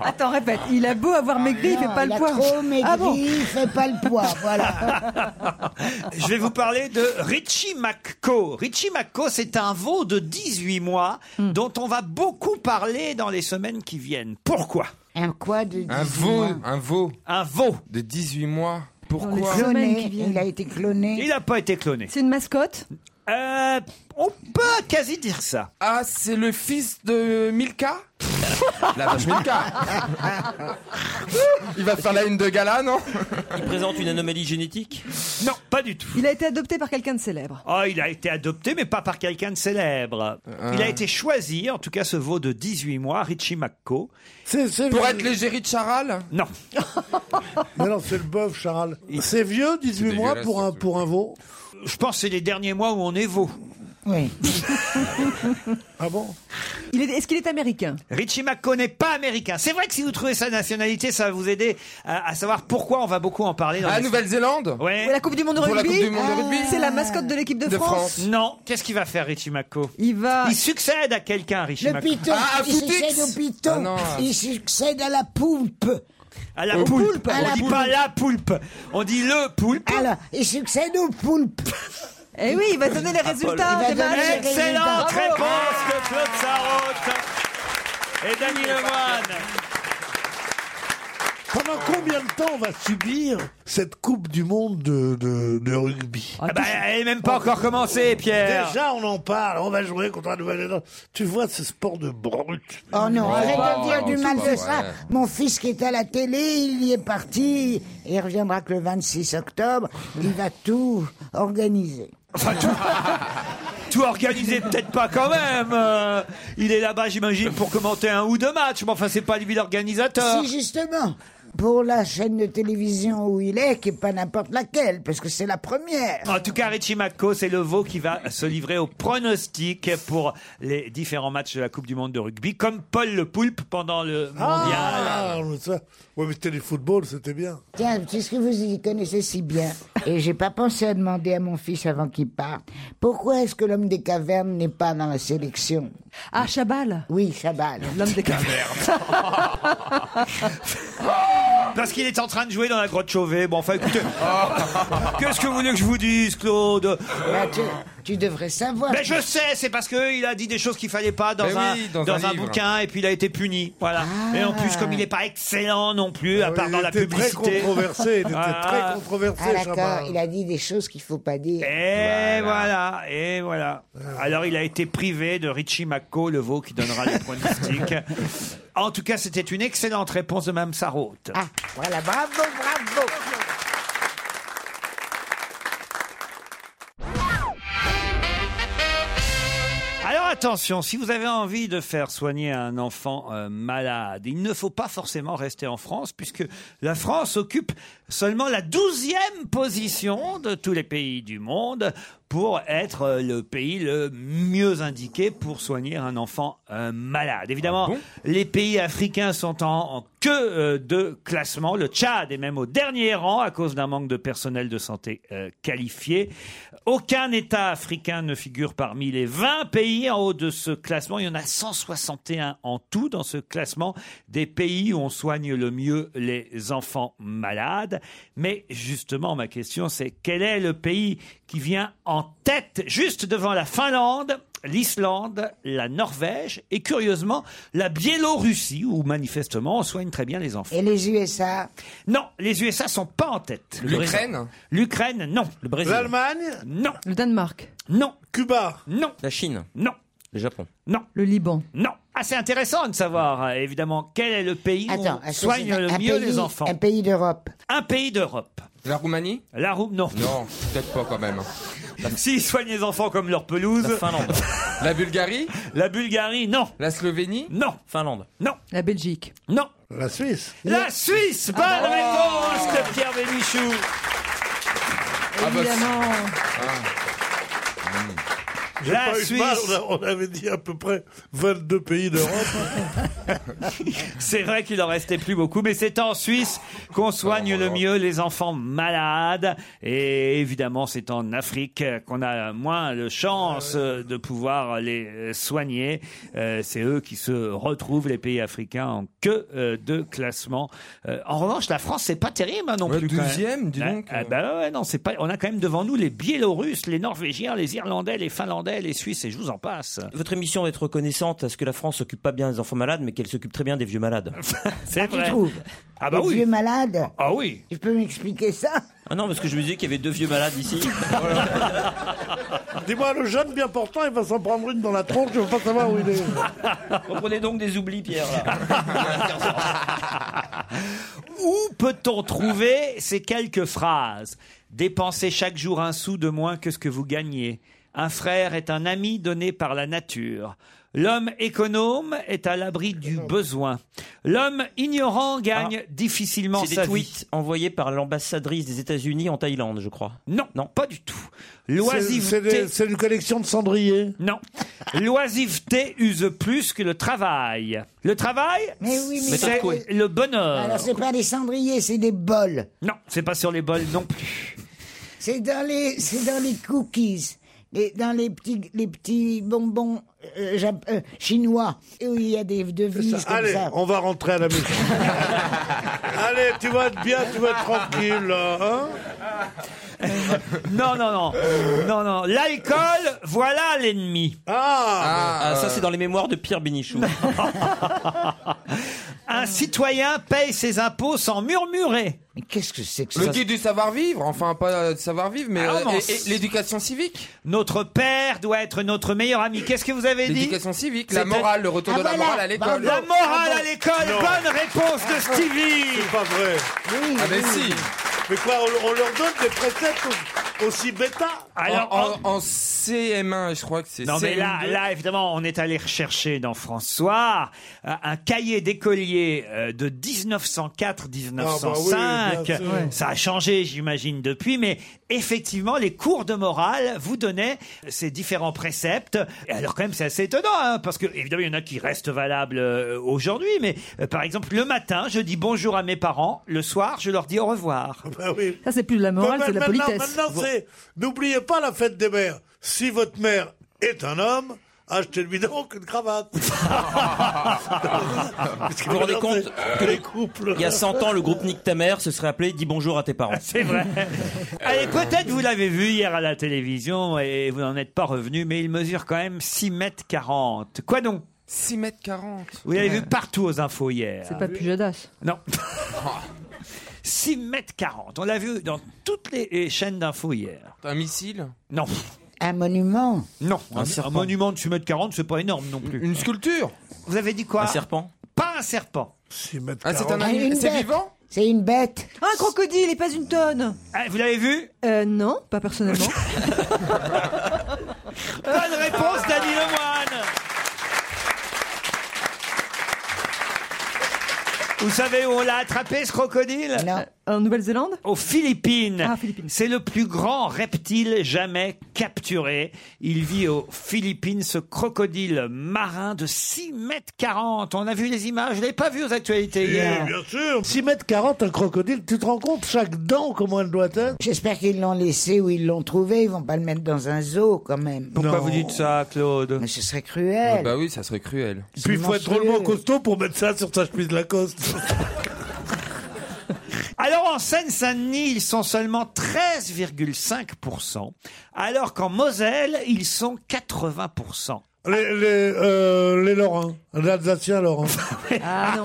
Attends, répète. Il a beau avoir maigri, il fait Ah, Non, pas il le a poids. trop maigri, Ah bon il fait pas le poids, voilà. Je vais vous parler de Richie McCaw. Richie McCaw, c'est un veau de 18 mois Hmm. dont on va beaucoup parler dans les semaines qui viennent. Pourquoi Un quoi de Un 18 veau, mois un veau. Un veau. De 18 mois. Pourquoi Cloné, il a été cloné. Il n'a pas été cloné. C'est une mascotte Euh, on peut quasi dire ça. Ah, c'est le fils de Milka La vache Milka Il va faire la une de gala, non Il présente une anomalie génétique. Non, pas du tout. Il a été adopté par quelqu'un de célèbre. Ah, il a été adopté, mais pas par quelqu'un de célèbre. Ah. Il a été choisi, en tout cas ce veau de 18 mois, Richie McCaw. C'est- c'est- Pour être Ah. l'égérie de Charal Non, Mais non, c'est le bœuf, Charles. C'est vieux, 18 mois dégueulasse, pour un, surtout. pour un veau. je pense que c'est les derniers mois où on est veau. Oui. Ah bon Il est- Est-ce qu'il est américain Richie McCaw n'est pas américain. C'est vrai que si vous trouvez sa nationalité, ça va vous aider à, à savoir pourquoi on va beaucoup en parler. Dans À les- Nouvelle-Zélande Ouais. La Coupe du Monde de Pour la rugby Coupe du Monde de Ah. rugby. C'est la mascotte de l'équipe de, De France. Non, qu'est-ce qu'il va faire, Richie McCaw Il va. Il succède à quelqu'un, Richie Le McCaw. piton, Ah, il Poutix. succède au piton, Ah, non. il succède à la poulpe. À la Au poulpe. poulpe. À la On dit pas la poulpe. On dit le poulpe. Alors, il succède au poulpe. Eh oui, il va donner les résultats Il va des donner matchs. les Excellente Bravo. réponse de Claude Sarraute et Dany Lemoine. Pendant combien de temps on va subir cette Coupe du Monde de, de, de rugby Ah bah, elle n'est même pas encore commencée, Pierre. Déjà, on en parle. On va jouer contre la Nouvelle-Zélande. Tu vois ce sport de brut Oh non, arrête de dire non, du c'est mal pas de vrai. ça. Mon fils qui est à la télé, il y est parti. Il reviendra que le 26 octobre. Il va tout organiser. Enfin, tout, tout organisé, peut-être pas quand même. Euh, il est là-bas, j'imagine, pour commenter un ou deux matchs. Mais enfin, c'est pas lui l'organisateur. Si justement, pour la chaîne de télévision où il est, qui est pas n'importe laquelle, parce que c'est la première. En tout cas, Richie Mako, c'est le veau qui va se livrer au pronostic pour les différents matchs de la Coupe du Monde de rugby, comme Paul le Poulpe pendant le mondial. Ah, mais ça. Ouais, mais c'était les footballs, c'était bien. Tiens, puisque vous y connaissez si bien, et j'ai pas pensé à demander à mon fils avant qu'il parte, pourquoi est-ce que l'homme des cavernes n'est pas dans la sélection Ah, Chabal Oui, Chabal. L'homme des cavernes. Parce qu'il est en train de jouer dans la grotte Chauvet. Bon, enfin, écoutez, qu'est-ce que vous voulez que je vous dise, Claude Euh, Bah, tu, tu devrais savoir. Mais je sais, c'est parce qu'il a dit des choses qu'il fallait pas dans, Mais un, oui, dans, dans un un, livre. bouquin et puis il a été puni. Voilà. Ah. Et en plus, comme il n'est pas excellent non plus, à part Ah il dans la était très publicité. controversé, il était Ah. très controversé, Ah, Chabat. d'accord, il a dit des choses qu'il faut pas dire. Et Eh, voilà. et voilà. Alors il a été privé de Richie Mako, le veau qui donnera les pronostics. En tout cas, c'était une excellente réponse de Mme Sarraute. Voilà, bravo, bravo. Alors attention, si vous avez envie de faire soigner un enfant euh, malade, il ne faut pas forcément rester en France puisque la France occupe seulement la douzième position de tous les pays du monde pour être euh, le pays le mieux indiqué pour soigner un enfant euh, malade. Évidemment, les pays africains sont en, en queue euh, de classement. Le Tchad est même au dernier rang à cause d'un manque de personnel de santé euh, qualifié. Aucun État africain ne figure parmi les 20 pays en haut de ce classement. Il y en a 161 en tout dans ce classement des pays où on soigne le mieux les enfants malades. Mais justement, ma question, c'est quel est le pays qui vient en tête juste devant la Finlande l'Islande, la Norvège et curieusement la Biélorussie où manifestement on soigne très bien les enfants. Et les USA Non, les USA sont pas en tête. L'Ukraine L'Ukraine, non. Le Brésil L'Allemagne Non. Le Danemark Non. Cuba Non. La Chine Non. Le Japon Non. Le Liban Non. Ah, c'est intéressant de savoir, euh, évidemment, quel est le pays Attends, où on est-ce que soigne c'est le un mieux pays- les enfants. Un pays d'Europe. Un pays d'Europe. La Roumanie La Roumanie, non. Non, peut-être pas quand même. S'ils soignent les enfants comme leur pelouse. La Finlande. La Bulgarie La Bulgarie, non. La Slovénie Non. Finlande Non. La Belgique Non. La Suisse La Suisse Ah Bonne réponse bah. de Pierre Bénichou Ah, bah, Évidemment J'ai La pas eu de mal, Suisse. on a- on avait dit à peu près 22 pays d'Europe. C'est vrai qu'il en restait plus beaucoup, mais c'est en Suisse qu'on soigne le mieux les enfants malades. Et évidemment, c'est en Afrique qu'on a moins de chance Ah euh, de pouvoir les soigner. Euh, c'est eux qui se retrouvent, les pays africains, en queue euh, de classement. Euh, en revanche, la France, c'est pas terrible hein, non Ouais, plus. quand même. 12e, dis donc. euh. Ah, ah bah ouais, non, c'est pas. On a quand même devant nous les Biélorusses, les Norvégiens, les Irlandais, les Finlandais, les Suisses, et je vous en passe. Votre émission va être reconnaissante à ce que la France s'occupe pas bien des enfants malades, mais qu'elle s'occupe très bien des vieux malades. C'est Tu vrai. trouves Ah bah Les oui. vieux malades Ah oui. Tu peux m'expliquer ça Ah non, parce que je me disais qu'il y avait deux vieux malades ici. Dis-moi, le jeune bien portant, il va s'en prendre une dans la tronche, je veux pas savoir où il est. Reprenez donc des oublis, Pierre. Là. Où peut-on trouver ces quelques phrases Dépensez chaque jour un sou de moins que ce que vous gagnez. Un frère est un ami donné par la nature. L'homme économe est à l'abri du besoin. L'homme ignorant gagne Ah. difficilement C'est sa des vie. tweets envoyés par l'ambassadrice des États-Unis en Thaïlande, je crois. Non, non, pas du tout. L'oisiveté. C'est- c'est- C'est une collection de cendriers. Non. L'oisiveté use plus que le travail. Le travail, Mais oui, mais c'est oui. le Euh. bonheur. Alors, c'est pas des cendriers, c'est des bols. Non, c'est pas sur les bols non plus. C'est dans les, c'est dans les cookies, les, dans les petits, les petits bonbons euh, jap- euh, chinois. Et où il y a des devises comme Allez, ça. on va rentrer à la maison. Allez, tu vas être bien, tu vas être tranquille, là, hein Non, non, non. Non, non. L'alcool, voilà l'ennemi. Ah, Ah, euh. ça, c'est dans les mémoires de Pierre Bénichou. Un citoyen paye ses impôts sans murmurer. Mais qu'est-ce que c'est que Le ça guide du savoir-vivre, enfin pas du savoir-vivre, mais Ah, euh, non, et- c'est- et l'éducation civique. Notre père doit être notre meilleur ami. Qu'est-ce que vous avez dit L'éducation civique, la C'était- morale, le retour Ah, de la voilà. Ah, morale à l'école. La morale à l'école. Non. Bonne réponse de Stevie. Ah, c'est pas vrai. Oui, Ah mais oui. si Mais quoi, on, on leur donne des préceptes aux- aussi bêta. Alors, en, en- en CM1, je crois que c'est Non mais là, CM2. là évidemment, on est allé rechercher dans François euh, un cahier d'écolier euh, de 1904-1905. Ah bah oui, bien bah sûr. Ouais. Ça a changé, j'imagine, depuis, mais effectivement, les cours de morale vous donnaient ces différents préceptes. Et alors quand même, c'est assez étonnant, hein, parce que évidemment, il y en a qui restent valables euh, aujourd'hui, mais euh, par exemple, le matin, je dis bonjour à mes parents, le soir, je leur dis au revoir. Bah Ça, c'est plus de la morale, Mais c'est de la maintenant- politesse. Maintenant, c'est n'oubliez pas la fête des mères. Si votre mère est un homme, achetez-lui donc une cravate. Ah, Vous vous rendez compte que les couples. Il y a 100 ans, le groupe Nick ta mère se serait appelé Dis bonjour à tes parents. C'est vrai. Allez, peut-être vous l'avez vu hier à la télévision et vous n'en êtes pas revenu, mais il mesure quand même 6 mètres 40. Quoi donc 6 mètres 40. Vous l'avez vu partout aux infos hier. C'est pas Non. Pujadas. 6 mètres 40. On l'a vu dans toutes les les chaînes d'infos hier. Un missile Non. Un monument Non. Un Un, serpent. un monument de 6 mètres 40, c'est pas énorme non plus. Une sculpture Vous avez dit quoi Un serpent Pas un serpent. Ah, c'est un Ah, animal. une C'est bête. vivant C'est une bête. Ah, Un crocodile et pas une tonne Ah, Vous l'avez vu euh, Non, pas personnellement. Bonne réponse, Dany Lemoine. Vous savez où on l'a attrapé, ce crocodile Non. En Nouvelle-Zélande Aux Philippines. Ah, Philippines. C'est le plus grand reptile jamais capturé. Il vit aux Philippines, ce crocodile marin de 6 mètres 40. On a vu les images, je ne l'ai pas vu aux actualités hier. Bien sûr. 6 mètres 40, un crocodile, tu te rends compte chaque dent comment elle doit être J'espère qu'ils l'ont laissé où ils l'ont trouvé. Ils vont pas le mettre dans un zoo quand même. Pourquoi vous dites ça, Claude Mais ce serait cruel. Bah oui, ça serait cruel. Puis il faut être drôlement costaud pour mettre ça sur sa chemise Lacoste. Alors en Seine-Saint-Denis, ils sont seulement 13,5%, alors qu'en Moselle, ils sont 80%. les, les, euh, les Lorrains, l'Alsacien Lorrain. Ah non.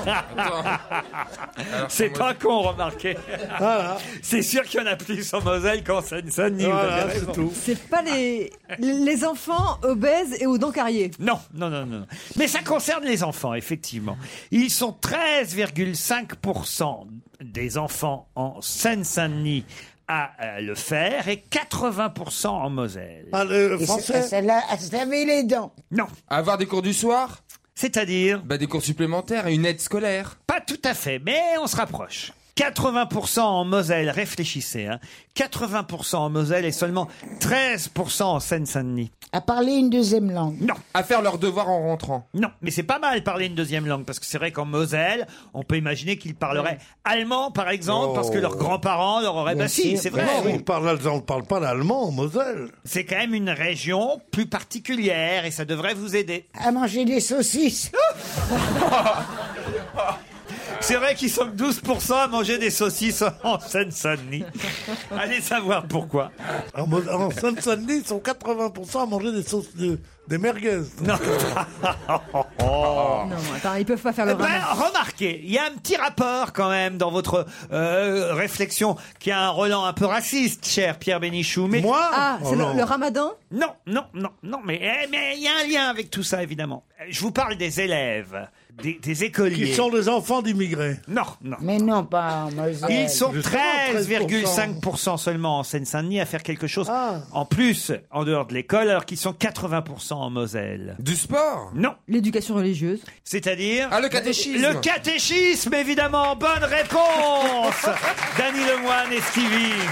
C'est pas con, remarquez. Voilà. C'est sûr qu'il y en a plus en Moselle qu'en Seine-Saint-Denis. vous avez Voilà, raison. c'est tout. C'est pas les, les enfants obèses et aux dents carriées. Non, non, non, non. Mais ça concerne les enfants, effectivement. Ils sont 13,5% des enfants en Seine-Saint-Denis à euh, le faire et 80% en Moselle. Ah, le Et c'est- à français celle-là, à se laver les dents. Non, Avoir des cours du soir c'est-à-dire Bah des cours supplémentaires et une aide scolaire. Pas tout à fait, mais on se rapproche. 80% en Moselle, réfléchissez, hein. 80% en Moselle et seulement 13% en Seine-Saint-Denis. À parler une deuxième langue. Non, À faire leurs devoirs en rentrant. non, mais c'est pas mal parler une deuxième langue parce que c'est vrai qu'en Moselle, on peut imaginer qu'ils parleraient allemand par exemple parce Oh. que leurs grands-parents leur auraient. Bah si, c'est vrai. Non, oui. on parle alsa- on parle pas l'allemand en Moselle. C'est quand même une région plus particulière et ça devrait vous aider. À manger des saucisses. C'est vrai qu'ils sont que 12% à manger des saucisses en Seine-Saint-Denis. Allez savoir pourquoi. En, Mo- en Seine-Saint-Denis, ils sont 80% à manger des sauces de- des merguez. Oh. Non, attends, ils peuvent pas faire le Eh ben, ramen. remarquez, il y a un petit rapport quand même dans votre euh, réflexion qui a un relan un peu raciste, cher Pierre Bénichou. Mais Moi Ah, Oh c'est non. le, le ramadan non, non, non, non, mais eh, mais il y a un lien avec tout ça évidemment. Euh, Je vous parle des élèves, des, des écoliers. Qui sont les enfants d'immigrés. Non, non. Mais non, pas en Moselle. Ils sont Justement, 13,5% seulement en Seine-Saint-Denis à faire quelque chose Ah. en plus en dehors de l'école, alors qu'ils sont 80% en Moselle. Du sport Non, L'éducation religieuse. c'est-à-dire Ah le catéchisme Le catéchisme, évidemment. Bonne réponse. Dany Lemoine et Stevie.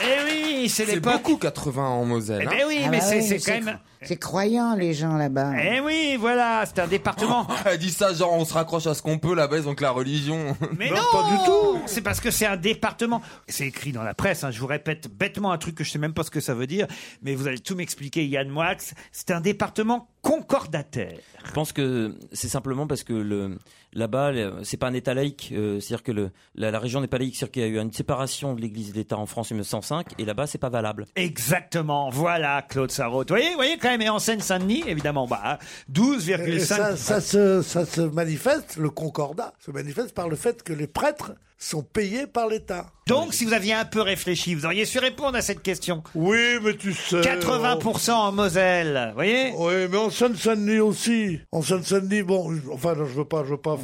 Eh oui, c'est C'est l'époque. beaucoup 80 en Moselle. Eh hein. ben oui, Ah mais bah c'est oui, c'est quand même. C'est croyant, les gens là-bas. Eh oui, voilà, c'est un département. Oh, Elle dit ça genre on se raccroche à ce qu'on peut là-bas, donc la religion. Mais non, Non, pas du tout. C'est parce que c'est un département. C'est écrit dans la presse. hein, Je vous répète bêtement un truc que je sais même pas ce que ça veut dire, mais vous allez tout m'expliquer, Yann Moix. C'est un département concordataire. Je pense que c'est simplement parce que le- là-bas, le- c'est pas un État laïque. euh, c'est-à-dire que le- la, la région n'est pas laïque. C'est-à-dire qu'il y a eu une séparation de l'Église et de l'État en France en 1905, et là-bas, c'est pas valable. Exactement, voilà Claude Sarraute. Vous voyez, vous voyez quand même, et en Seine-Saint-Denis, évidemment, bah, Et ça, 12,5. ça, se, ça se manifeste, le concordat se manifeste par le fait que les prêtres sont payés par l'État. Donc, si vous aviez un peu réfléchi, vous auriez su répondre à cette question. Oui, mais tu Euh, sais. 80% en Moselle, vous voyez Oui, mais en Seine-Saint-Denis aussi. En Seine-Saint-Denis, bon, je- enfin, non, je veux pas, je veux pas,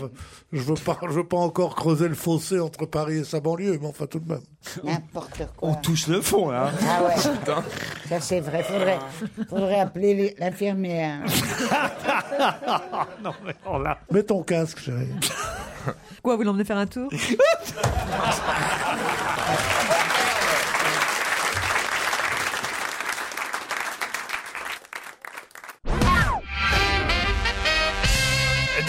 je veux pas, je veux pas encore creuser le fossé entre Paris et sa banlieue, mais enfin tout de même. N'importe quoi. On touche le fond, hein. là. Ah ouais. Ça c'est vrai, faudrait, faudrait appeler les- l'infirmière. non, mais on l'a. Mets ton casque, chérie. Quoi, vous l'emmenez faire un tour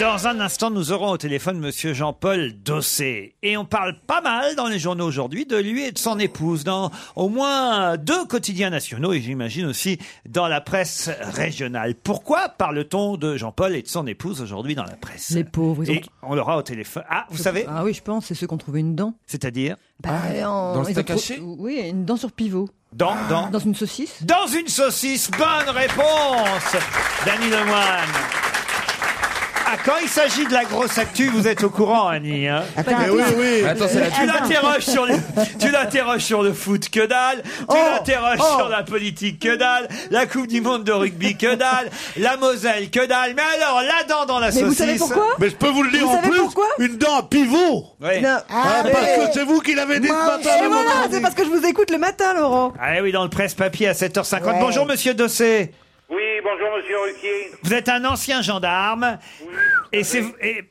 Dans un instant, nous aurons au téléphone Monsieur Jean-Paul Dossé. Et on parle pas mal dans les journaux aujourd'hui de lui et de son épouse, dans au moins deux quotidiens nationaux et j'imagine aussi dans la presse régionale. Pourquoi parle-t-on de Jean-Paul et de son épouse aujourd'hui dans la presse Les pauvres, ils ont- Et on l'aura au téléphone. Ah, vous savez Ah oui, je pense, c'est ceux qui ont trouvé une dent. C'est-à-dire Bah, en- dans le ils ont steak trou- haché Oui, une dent sur pivot. Dans, dans, Dans une saucisse Dans une saucisse, bonne réponse, Dany Lemoine. Ah, quand il s'agit de la grosse actu, vous êtes au courant, Annie. hein Attends, Mais oui, attends. oui. Attends, c'est la- tu l'interroges sur le, tu l'interroges sur le foot, que dalle. Tu l'interroges oh. sur la politique, que dalle. La Coupe du Monde de rugby, que dalle. La Moselle, que dalle. Mais alors, la dent dans la saucisse. Mais je peux vous le dire en plus. Une dent à pivot. Ouais. Ah, parce que c'est vous qui l'avez dit ce matin. Et voilà, le moment. c'est parce que je vous écoute le matin, Laurent. Ah oui, dans le presse-papier à 7h50. Ouais. Bonjour, monsieur Dossé. Oui, bonjour Monsieur Ruquier. Vous êtes un ancien gendarme. Et c'est. et-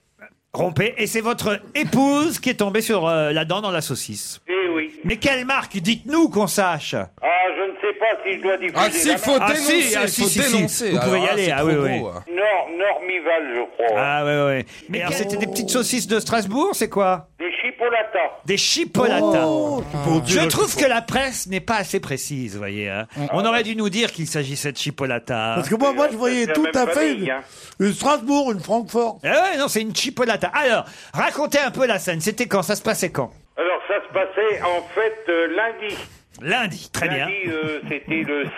Rompez. Et c'est votre épouse qui est tombée sur euh, la dent dans la saucisse. Eh oui. Mais quelle marque Dites-nous qu'on sache. Ah, je ne sais pas si je dois diffuser. Ah, si, la faut marque. dénoncer, Ah, si, ah, si, faut si, si. dénoncer. Vous Alors pouvez y là, aller, c'est ah, trop oui, oui. gros, hein. Nor- Normival, je crois. Ah ouais, ouais. Mais alors, c'était des petites saucisses de Strasbourg, c'est quoi Des chipolatas. Des chipolatas. Ah. pour Je dire le trouve chipo- que la presse n'est pas assez précise, vous voyez. hein. On aurait dû nous dire qu'il s'agissait de chipolata. Parce que moi, moi, je voyais tout à fait une, une Strasbourg, une Francfort. Ah ouais, non, c'est une chipolata. Alors, racontez un peu la scène. C'était quand Ça se passait quand Alors, ça se passait en fait euh, lundi. Lundi, très bien. Lundi, euh, c'était le 6.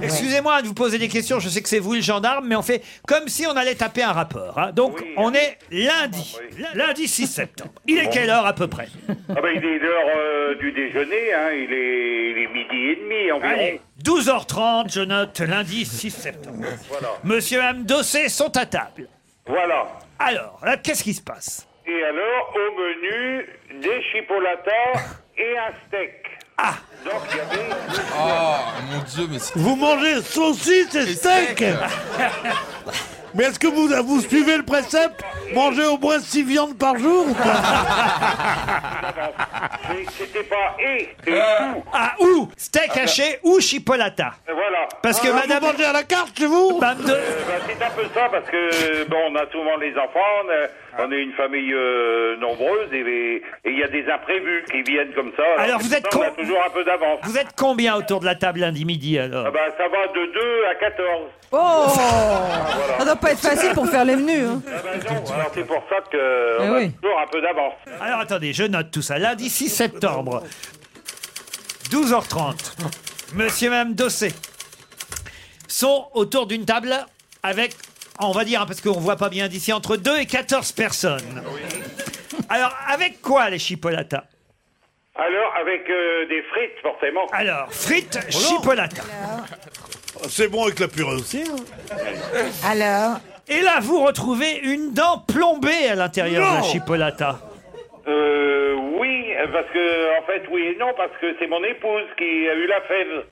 Excusez-moi de vous poser des questions, je sais que c'est vous le gendarme, mais on fait comme si on allait taper un rapport. hein. Donc on est lundi, lundi 6 septembre. Il est Bon. quelle heure à peu près Ah ben, il est l'heure euh, du déjeuner, hein, il, est, il est midi et demi environ. Allez, 12h30, je note lundi 6 septembre. Voilà. Monsieur et Mme Dossé sont à table. Voilà. Alors, là, qu'est-ce qui se passe Et alors, au menu, des chipolatas et un steak. Ah Donc, il y avait... Ah, mon dieu, mais Vous mangez saucisse et steak Ah. Mais est-ce que vous, vous suivez le précepte Manger au moins 6 viandes par jour ou pas C'est- C'était pas et, et tout. Ah, ou steak haché ou chipolata Et Voilà. Ah, Parce que madame... à la carte chez vous Euh, bah, c'est un peu ça parce que bon, on a souvent les enfants, on est, on est une famille euh, nombreuse et et il y a des imprévus qui viennent comme ça. Alors, vous c'est êtes pour ça, On a con- toujours un peu d'avance. Vous êtes combien autour de la table lundi midi alors Ah bah, ça va de 2 à 14. Oh Ça doit pas être facile pour faire les menus. hein. Ah bah non, alors c'est pour ça que Eh on a oui. toujours un peu d'avance. Alors attendez, je note tout ça. Lundi 6 septembre, 12h30, monsieur et madame Dossé sont autour d'une table avec, on va dire, hein, parce qu'on voit pas bien d'ici, entre 2 et 14 Ah personnes. Alors, avec quoi les chipolatas Alors avec euh, des frites forcément. Alors frites chipolatas. C'est bon avec la purée aussi. hein. Alors Et là, vous retrouvez une dent plombée à l'intérieur de la Non. chipolata. Euh, oui, parce que en fait oui et non parce que c'est mon épouse qui a eu la fève.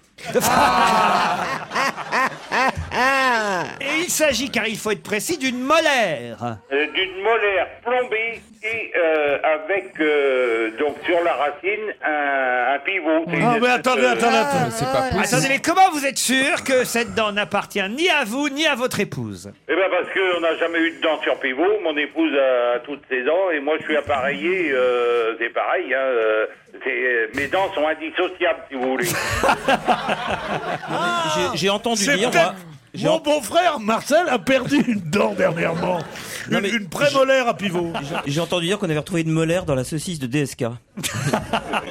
Et il s'agit, car il faut être précis, d'une molaire. Euh, d'une molaire plombée et euh, avec euh, donc sur la racine un, un Ah, pivot. C'est une espèce de- Ah, Ah. Attendez, mais comment vous êtes sûr que cette dent n'appartient ni à vous ni à votre épouse Eh ben parce qu'on n'a jamais eu de dent sur pivot. Mon épouse a toutes ses dents et moi je suis appareillé. euh, c'est pareil. Hein, euh, c'est- mes dents sont indissociables si vous voulez. J'ai- J'ai entendu C'est dire, peut-être- moi, Mon beau-frère Marcel a perdu une dent dernièrement. Non, Une, mais une prémolaire à pivot. J'ai entendu dire qu'on avait retrouvé une molaire dans la saucisse de DSK.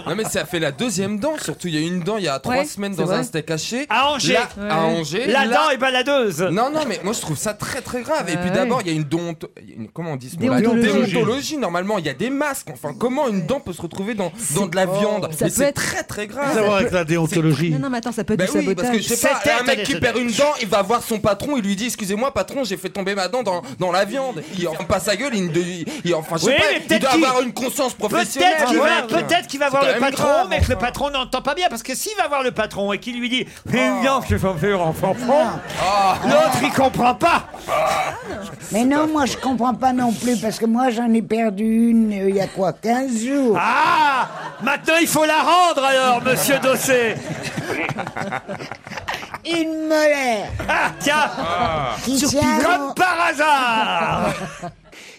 Non mais ça fait la deuxième dent, surtout il y a une dent il y a trois Ouais, semaines c'est dans vrai. un steak haché. À Angers. Là- Ouais. À Angers. La là- dent est baladeuse. Non non mais moi je trouve ça très très grave. Et Ouais, puis ouais. d'abord il y a une donte, une- comment on dit ce mot-là Déontologie. Déontologie, Normalement il y a des masques. Enfin comment une dent peut se retrouver dans, dans de la viande oh. Ça Mais peut c'est être- très très Ça grave. peut être- déontologie. Non, non, mais attends, ça peut être Bah du oui, sabotage. parce que je sais pas, un mec qui perd une dent, il va voir son patron, il lui dit excusez-moi patron, j'ai fait tomber ma dent dans, dans la viande. Il en passe sa gueule, il, ne- il, il- enfin je sais Oui, pas, mais il peut-être doit qu'il- avoir une conscience professionnelle. Peut-être qu'il va, mec. peut-être qu'il va C'est voir quand le même patron, grave, mais que le patron n'entend pas bien. Parce que s'il va voir le patron et qu'il lui dit Mais Ah. non, je vais faire enfant, l'autre il comprend pas. Mais non, moi je comprends pas non plus parce que moi j'en ai perdu une euh, il y a quoi 15 jours. Ah Maintenant il faut la rendre alors, monsieur Dossé. Une molaire Ah, tiens Qui tient Comme au- par hasard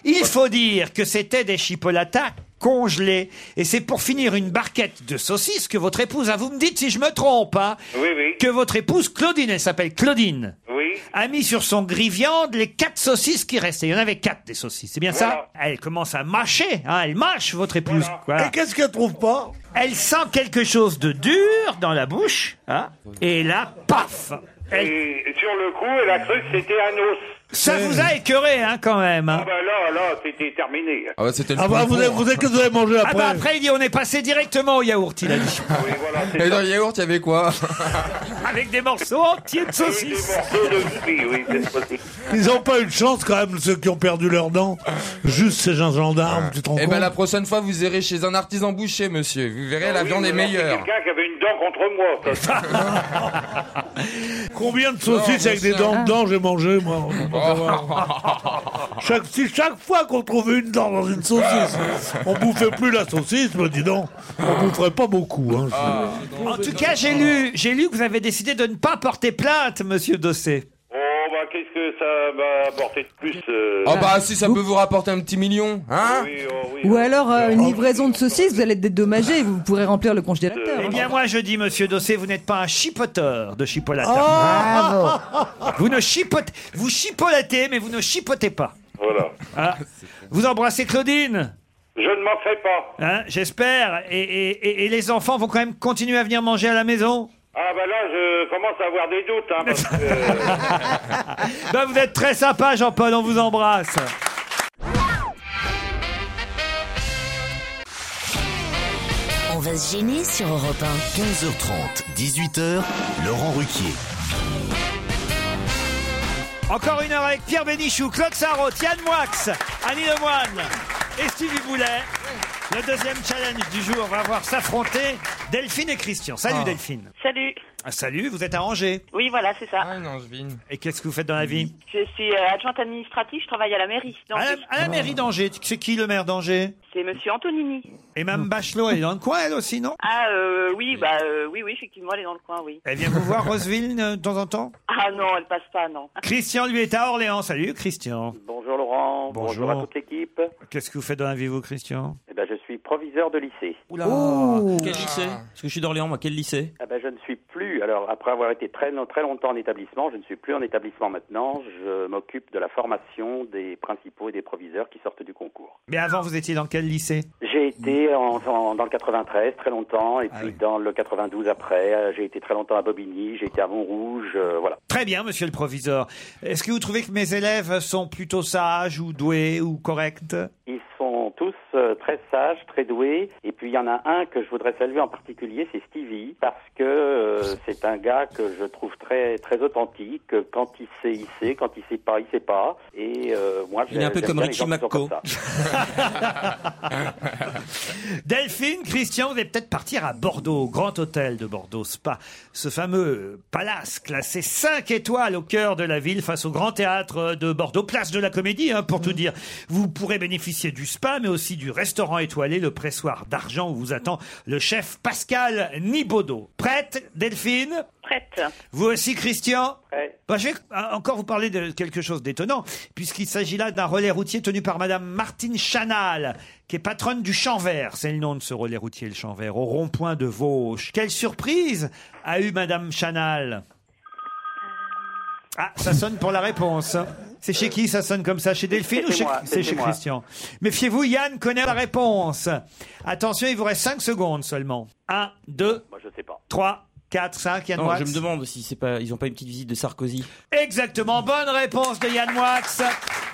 Il faut dire que c'était des chipolatas congelés. Et c'est pour finir une barquette de saucisses que votre épouse, ah, vous me dites si je me trompe, hein, que votre épouse Claudine, elle s'appelle Claudine, Oui. a mis sur son gris viande les quatre saucisses qui restaient. Il y en avait quatre des saucisses, c'est bien ça Elle commence à mâcher, hein, elle mâche votre épouse. quoi. Et qu'est-ce qu'elle trouve pas Elle sent quelque chose de dur dans la bouche, hein, et là, paf Eh. Et sur le coup, elle a cru que c'était un os. Ça vous a écœuré, hein, quand même. hein. Ah bah là, là, c'était terminé. Ah bah c'était le Ah bah, vous avez- vous avez- qu'est-ce que vous avez mangé Ah après bah après, il dit on est passé directement au yaourt, il a dit. Et dans le yaourt, il y avait quoi Avec des morceaux entiers de saucisse. Ils ont pas eu de chance quand même ceux qui ont perdu leurs dents. Juste ces gens gendarmes, tu te rends Eh compte ben la prochaine fois, vous irez chez un artisan boucher, monsieur. Vous verrez, la Ah Oui, viande est alors, c'est meilleure. quelqu'un qui avait une dent contre moi. ça. Combien de Non, saucisses Oh. avec des monsieur. dents dedans j'ai mangé moi on peut pas savoir. Chaque, si chaque fois qu'on trouvait une dent dans une saucisse, on bouffait plus la saucisse, me dis donc, on boufferait pas beaucoup. Hein, Ah. En tout cas, j'ai lu, j'ai lu que vous avez décidé de ne pas porter plainte, monsieur Dossé. Oh bah qu'est-ce que ça m'a apporté de plus euh, Ah. Oh bah si ça peut vous rapporter un petit million, hein Oui, oh oui. Ou alors euh, une livraison de saucisses, vous allez être dédommagé et vous pourrez remplir le congélateur. Eh bien, moi, je dis, monsieur Dossé, vous n'êtes pas un chipoteur de chipolata. Ah, vous ne chipotez, vous chipolatez, mais vous ne chipotez pas. Voilà. Ah. Vous embrassez Claudine Je ne m'en fais pas. Hein, J'espère. Et, et- et- et les enfants vont quand même continuer à venir manger à la maison Ah bah là, je commence à avoir des doutes. Hein, parce que, Ben, Vous êtes très sympa, Jean-Paul, on vous embrasse. On va se gêner sur Europe 1. 15h30, 18h, Laurent Ruquier. Encore une heure avec Pierre Bénichou, Claude Sarraute, Yann Moix, Annie Lemoine et Stevie Boulet. Le deuxième challenge du jour va voir s'affronter Delphine et Christian. Salut Ah. Delphine. Salut. Ah, salut, vous êtes à Angers. Oui, voilà, c'est ça. Et qu'est-ce que vous faites dans la vie Je suis euh, adjointe administrative, je travaille à la mairie. Donc, à la, à la mairie d'Angers. C'est qui le maire d'Angers C'est monsieur Antonini. Et Mme Bachelot, elle est dans le coin elle aussi, non Ah euh, oui, bah euh, oui, oui, effectivement, elle est dans le coin, oui. Elle vient vous voir, Roseville, euh, de temps en temps Ah non, elle passe pas, non. Christian, lui, est à Orléans. Salut Christian. Bonjour Laurent, bonjour, Bonjour. à toute l'équipe. Qu'est-ce que vous faites dans la vie, vous, Christian Eh ben, je suis proviseur de lycée. Oula Quel lycée Parce que je suis d'Orléans, moi, quel lycée Eh ben, je ne suis plus, alors après avoir été très, long- très longtemps en établissement, je ne suis plus en établissement maintenant. Je m'occupe de la formation des principaux et des proviseurs qui sortent du concours. Mais avant, vous étiez dans quel lycée J'ai Mm. été en, en- dans le 93 très longtemps, et Ah puis dans le 92 après. Euh, J'ai été très longtemps à Bobigny, j'ai été à Montrouge, euh, voilà. Très bien, monsieur le proviseur. Est-ce que vous trouvez que mes élèves sont plutôt sages ou doués ou corrects Ils sont tous euh, très sages, très doués. Et puis il y en a un que je voudrais saluer en particulier, c'est Stevie, parce que euh, c'est un gars que je trouve très très authentique. Quand il sait, il sait. Quand il sait pas, il sait pas. Et euh, moi, Il est un peu j'aime comme bien les Richie gens qui sont McCaw. comme ça. Delphine, Christian, vous allez peut-être partir à Bordeaux, au Grand Hôtel de Bordeaux Spa. Ce fameux palace classé 5 étoiles au cœur de la ville face au Grand Théâtre de Bordeaux, place de la Comédie, hein, pour Mm. tout dire. Vous pourrez bénéficier du spa, mais aussi du restaurant étoilé, le pressoir d'argent où vous attend le chef Pascal Nibaudot. Prête, Delphine Prête. Vous aussi, Christian Ouais. Bah, je vais euh, encore vous parler de quelque chose d'étonnant, puisqu'il s'agit là d'un relais routier tenu par Madame Martine Chanal, qui est patronne du Champ Vert. C'est le nom de ce relais routier, le Champ Vert, au rond-point de Vosges. Quelle surprise a eu Madame Chanal Ah, ça sonne pour la réponse. C'est chez qui ça sonne comme ça Chez Delphine ou c'est chez, moi, c'est c'est chez moi. Christian Méfiez-vous, Yann connaît la réponse. Attention, il vous reste 5 secondes seulement. 1, 2, Moi, je sais pas. 3, 4, 5, Yann Non, Moix. je me demande si c'est pas, ils ont pas une petite visite de Sarkozy. Exactement, bonne réponse de Yann Moix.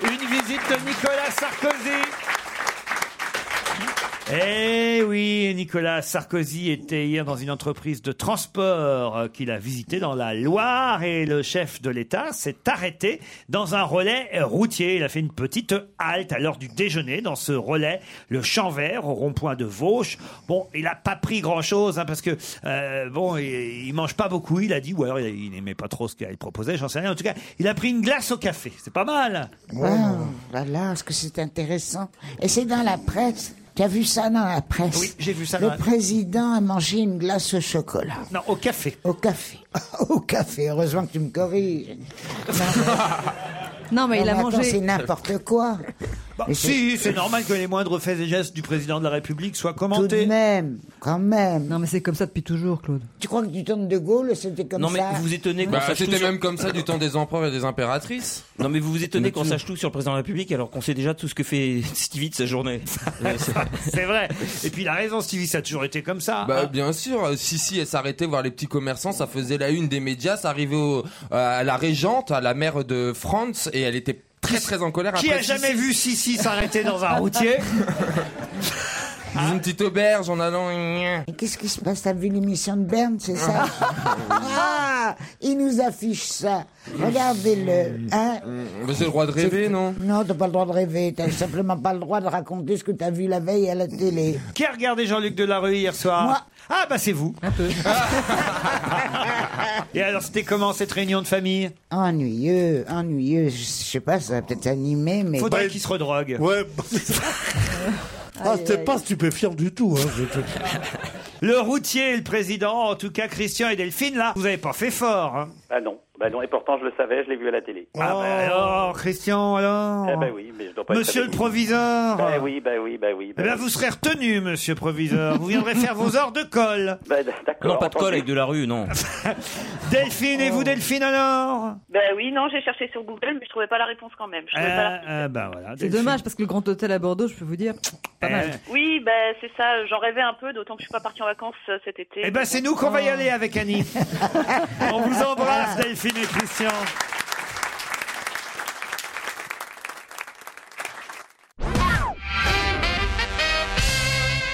Une visite de Nicolas Sarkozy. Eh oui, Nicolas Sarkozy était hier dans une entreprise de transport euh, qu'il a visitée dans la Loire et le chef de l'État s'est arrêté dans un relais routier. Il a fait une petite halte à l'heure du déjeuner dans ce relais, le Champ Vert, au rond-point de Vosges. Bon, il n'a pas pris grand-chose hein, parce que, euh, bon, il, il mange pas beaucoup, il a dit, ou alors il, il n'aimait pas trop ce qu'il proposait, j'en sais rien. En tout cas, il a pris une glace au café, c'est pas mal. Waouh, là là, est-ce que c'est intéressant Et c'est dans la presse. Tu as vu ça dans la presse Oui, j'ai vu ça Le dans la- président a mangé une glace au chocolat. Non, au café. Au café. au café, heureusement que tu me corriges. Non, mais il a attends, mangé- C'est n'importe quoi. Bah, Mais si, c'est normal que les moindres faits et gestes du président de la République soient commentés. Tout de même, quand même. Non, mais c'est comme ça depuis toujours, Claude. Tu crois que du temps de De Gaulle, c'était comme ça Bah, C'était même comme ça du temps des empereurs et des impératrices. Non, mais vous vous Mais étonnez qu'on tu- sache tout sur le président de la République alors qu'on sait déjà tout ce que fait Stevie de sa journée. Euh, c'est- C'est vrai. Et puis il a raison, Stevie, ça a toujours été comme ça. hein. Bah bien sûr, euh, Sissi elle s'arrêtait voir les petits commerçants, ça faisait la une des médias, ça arrivait au- euh, à la régente, à la mère de France et elle était très très en colère Qui après a jamais vu Sissi s'arrêter dans un routier Dans une petite auberge en allant euh, Mais Qu'est-ce qui se passe T'as vu l'émission de Berne, c'est ça Ah Il nous affiche ça. Regardez-le. Hein euh, Mais c'est le droit de rêver, non Non, t'as pas le droit de rêver. T'as simplement pas le droit de raconter ce que t'as vu la veille à la télé. Qui a regardé Jean-Luc Delarue hier soir Ah bah c'est vous. Et alors c'était comment cette réunion de famille Ennuyeux, ennuyeux. Je sais pas, ça va peut-être animé, mais. Faudrait qu'il se redrogue. Ouais. Ah, Aïe, c'était aïe. pas stupéfiant du tout. Hein, je te- Le routier et le président, en tout cas Christian et Delphine, là, vous avez pas fait fort. hein. Bah non, bah non, et pourtant je le savais, je l'ai vu à la télé. Ah bah alors, Christian, alors Oh. Eh ben oui, mais je dois pas être Monsieur le avec vous. proviseur Bah oui, bah oui, bah oui. Eh ben, vous serez retenu, monsieur proviseur. Vous viendrez faire vos heures de colle. Bah, d- d'accord. non, pas de colle avec de la rue, non. Delphine, et vous, Delphine, alors Oh. Ben oui, non, j'ai cherché sur Google, mais je trouvais pas la réponse quand même. Je trouvais pas la- Euh, euh, bah, voilà, C'est Delphine. dommage parce que le Grand Hôtel à Bordeaux, je peux vous dire, Eh. pas mal. Oui, ben c'est ça, j'en rêvais un peu, d'autant que je suis pas partie en vacances euh, cet été. Oh. Eh ben, c'est nous qu'on va y aller avec Annie. On vous embrasse, Delphine et Christian.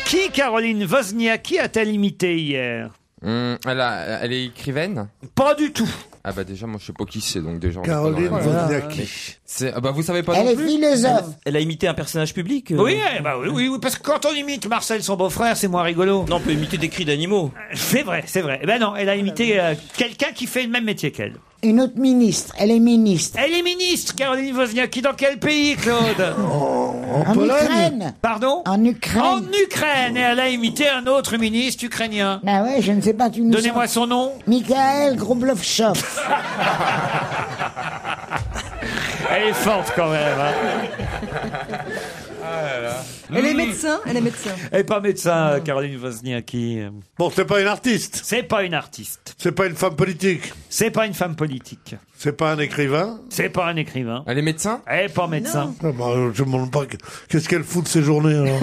Qui, Caroline Wozniacki, a-t-elle imité hier Hum, elle, a- elle est écrivaine Pas du tout. Ah bah déjà moi je sais pas qui c'est donc déjà. on est Caroline pas dans la- Wozniacki. Mais C'est ah bah vous savez pas Elle non est plus. philosophe. Elle a imité un personnage public. euh. Oui, eh ben oui, oui, oui, parce que quand on imite Marcel, son beau-frère, c'est moins rigolo. Euh, Non, on peut imiter des cris d'animaux. C'est vrai, c'est vrai. Eh ben non, elle a imité euh, quelqu'un qui fait le même métier qu'elle. Une autre ministre, elle est ministre. Elle est ministre, Caroline Wozniacki, dans quel pays, Claude En, Ukraine Pardon En Ukraine. En Ukraine, et elle a imité un autre ministre ukrainien. Bah ouais, je ne sais pas, tu nous. Donnez-moi son nom. Michael Groblovchov. Elle est forte quand même. hein. Ah, Elle Mmh. est médecin, elle est médecin. Elle est pas médecin, euh, Caroline Wozniacki. Bon, c'est pas une artiste. C'est pas une artiste. C'est pas une femme politique. C'est pas une femme politique. C'est pas un écrivain. C'est pas un écrivain. Elle est médecin Elle est pas médecin. Ah, bah, je me demande pas que- qu'est-ce qu'elle fout de ses journées. alors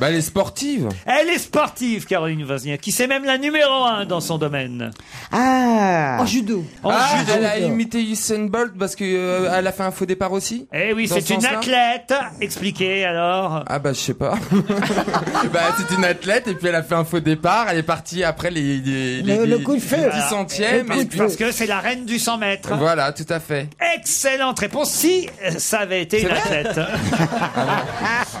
Bah elle est sportive. Elle est sportive, Caroline Wozniacki. C'est même la numéro un dans son domaine. Ah En judo. En ah, judo. elle a imité Usain Bolt parce que euh, elle a fait un faux départ aussi. Eh oui, Dans c'est ce une sens-là athlète. Expliquez alors. Ah bah je sais pas. bah c'est une athlète et puis elle a fait un faux départ. Elle est partie après les les, les, Le- le les- coup de feu. les Voilà. 10 centièmes. Parce- et puis- Parce que c'est la reine du 100 mètres. Voilà, tout à fait. Excellente réponse si euh, ça avait été une athlète.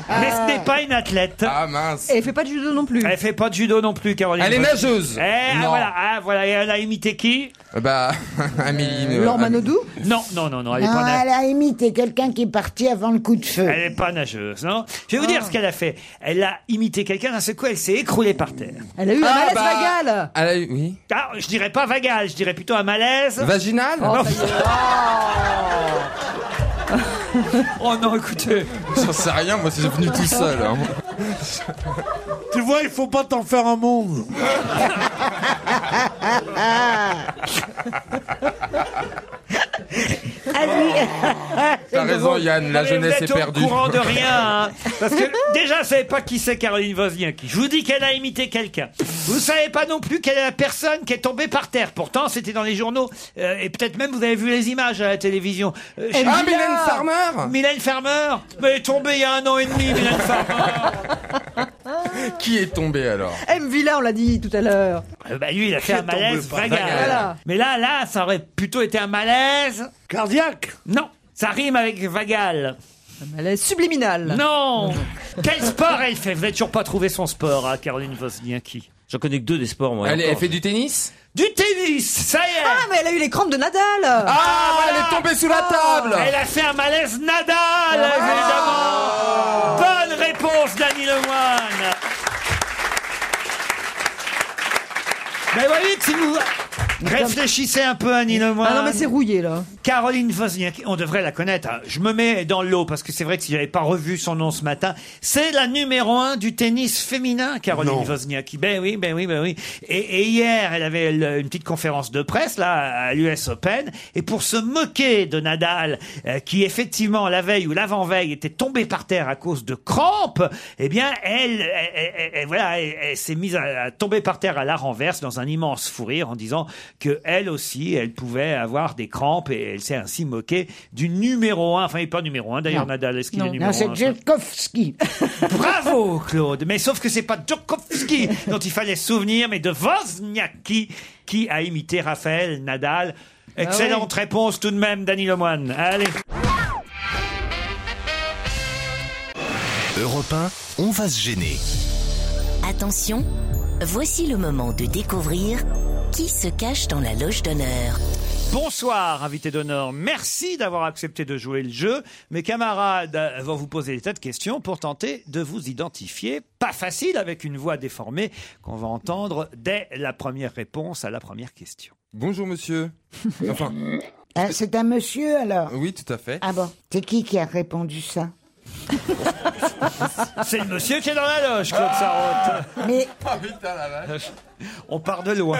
Mais ce n'est pas une athlète. Ah mince. Et elle fait pas de judo non plus. Elle fait pas de judo non plus, Caroline. Elle est nageuse. Eh, ah, Non. voilà, ah, voilà, et elle a imité qui Bah Amélie. euh, Laure Amélie. Manodou Ah, Non, non, non, non, elle Oh, est Non, pas nageuse. Ah, elle a imité quelqu'un qui est parti avant le coup de feu. Elle n'est pas nageuse, non Je vais Ah. vous dire ce qu'elle a fait. Elle a imité quelqu'un, d'un seul coup, elle s'est écroulée par terre. Elle a eu un Ah, malaise bah, vagal. Elle a eu oui. Ah, je dirais pas vagal, je dirais plutôt un malaise. Vaginale. Oh, Non. oh non, écoutez. J'en sais rien, moi c'est venu tout seul. hein. tu vois, il faut pas t'en faire un monde. Ah T'as raison, Yann, la mais jeunesse vous êtes est perdue. au courant de rien. hein. Parce que déjà, vous savez pas qui c'est Caroline Wozniacki. Je vous dis qu'elle a imité quelqu'un. Vous savez pas non plus quelle est la personne qui est tombée par terre. Pourtant, c'était dans les journaux. euh, et peut-être même vous avez vu les images à la télévision. Euh, Ah, Sheila- Mylène Farmer Mylène Farmer Mais elle est tombée il y a un an et demi, Mylène Farmer Qui est tombé alors M. Villa, on l'a dit tout à l'heure. Euh, bah, Lui, il a fait un Qui est tombé malaise par vagal. terre. Voilà. Mais là, là, ça aurait plutôt été un malaise... Cardiaque Non, ça rime avec vagal. Un malaise subliminal. Non Quel sport elle fait Vous n'avez toujours pas trouvé son sport, hein, Caroline Wozniacki. J'en connais que deux des sports, moi. Elle- elle fait du tennis Du tennis Ça y est Ah, mais elle a eu les crampes de Nadal Oh. Ah, elle est tombée sous la table Elle a fait un malaise Nadal, évidemment Ah, Bonne réponse, Dany Lemoine Mais voyez que si vous réfléchissez un peu, Annie Lemoine... Ah non, mais c'est rouillé, là. Caroline Wozniacki, on devrait la connaître. hein. Je me mets dans l'eau parce que c'est vrai que si j'avais pas revu son nom ce matin, c'est la numéro un du tennis féminin, Caroline Wozniacki. Ben oui, ben oui, ben oui. Et, et hier, elle avait le- une petite conférence de presse là à l'US Open et pour se moquer de Nadal, euh, qui effectivement la veille ou l'avant-veille était tombé par terre à cause de crampes, eh bien elle, elle- elle- elle- elle- voilà, elle, elle s'est mise à, à tomber par terre à la renverse dans un immense fou rire en disant que elle aussi, elle pouvait avoir des crampes et elle s'est ainsi moquée du numéro un. Enfin, il est pas numéro un d'ailleurs, Non. Nadal. Est-ce qu'il est Non, numéro non c'est un ça Djokovski. Bravo, Claude. Mais sauf que c'est pas Djokovic dont il fallait se souvenir, mais de Wozniacki qui a imité Raphaël Nadal. Excellente réponse tout de même, Dany Lemoine. Allez. Europe 1, on va se gêner. Attention, voici le moment de découvrir qui se cache dans la loge d'honneur. Bonsoir, invité d'honneur. Merci d'avoir accepté de jouer le jeu. Mes camarades euh, vont vous poser des tas de questions pour tenter de vous identifier. Pas facile avec une voix déformée qu'on va entendre dès la première réponse à la première question. Bonjour monsieur. Enfin, Ah, c'est un monsieur alors oui, tout à fait. Ah bon C'est qui qui a répondu ça C'est le monsieur qui est dans la loge, Claude Sarraute. Mais Ah, On part de loin.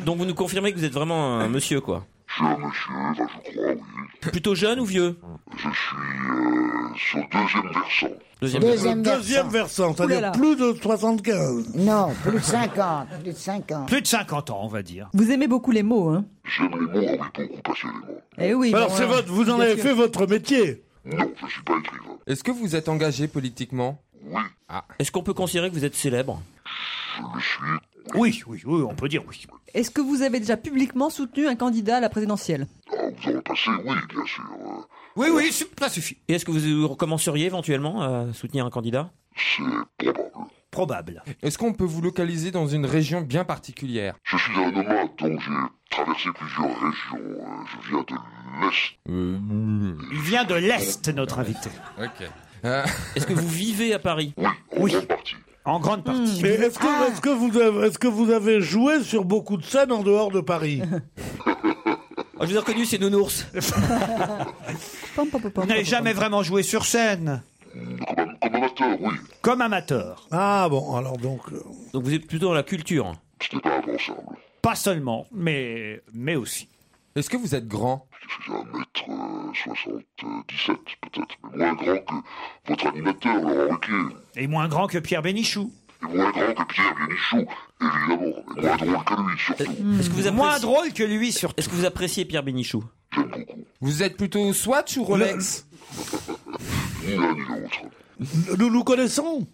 Donc vous nous confirmez que vous êtes vraiment un monsieur, quoi. bah, Plutôt jeune ou vieux euh, sur le deuxième versant. Deuxième Deuxième versant. Deuxième versant, c'est-à-dire Oulala. plus de 75. non, plus de 50, plus de 50. Plus de 50 ans, on va dire. Vous aimez beaucoup les mots, hein J'aime les mots, ah oui, beaucoup passionnément. Eh oui. Alors, bon, c'est votre, vous en bien avez sûr. fait votre métier. Non, je suis pas écrivain. Est-ce que vous êtes engagé politiquement Ah. Oui. Est-ce qu'on peut considérer que vous êtes célèbre Oui, oui, oui, on peut dire oui. Est-ce que vous avez déjà publiquement soutenu un candidat à la présidentielle Vous bah, en passez, oui, bien sûr. euh, Oui, oui, ça suffit. Et est-ce que vous recommenceriez éventuellement à soutenir un candidat Probable. Est-ce qu'on peut vous localiser dans une région bien particulière Je suis un nomade, donc j'ai traversé plusieurs régions. euh, Je viens de l'Est. Il vient de Euh, l'Est, notre invité. Ok. Est-ce que vous vivez à Paris Oui. En grande partie. Mais est-ce que, Ah. est-ce, que vous avez, est-ce que vous avez joué sur beaucoup de scènes en dehors de Paris Ah, Je vous ai reconnu, c'est Nounours. Pom, pom, pom, Vous pom, n'avez pom, jamais pom. vraiment joué sur scène Comme amateur, oui. Comme amateur. Ah bon, alors donc. euh, Donc vous êtes plutôt dans la culture. C'était pas avant ensemble. Pas seulement, mais, mais aussi. Est-ce que vous êtes grand J'ai un mètre euh, 77, peut-être. Mais moins grand que votre animateur, Laurent Ruquier. Et moins grand que Pierre Bénichou. Et moins grand que Pierre Bénichou, évidemment. Mais moins drôle que lui, surtout. Est-ce Moins drôle que lui sur que vous appréciez- Hmm. Est-ce que vous appréciez Pierre Bénichou Vous êtes plutôt Swatch ou Rolex Ni l'un ni l'autre. Nous nous connaissons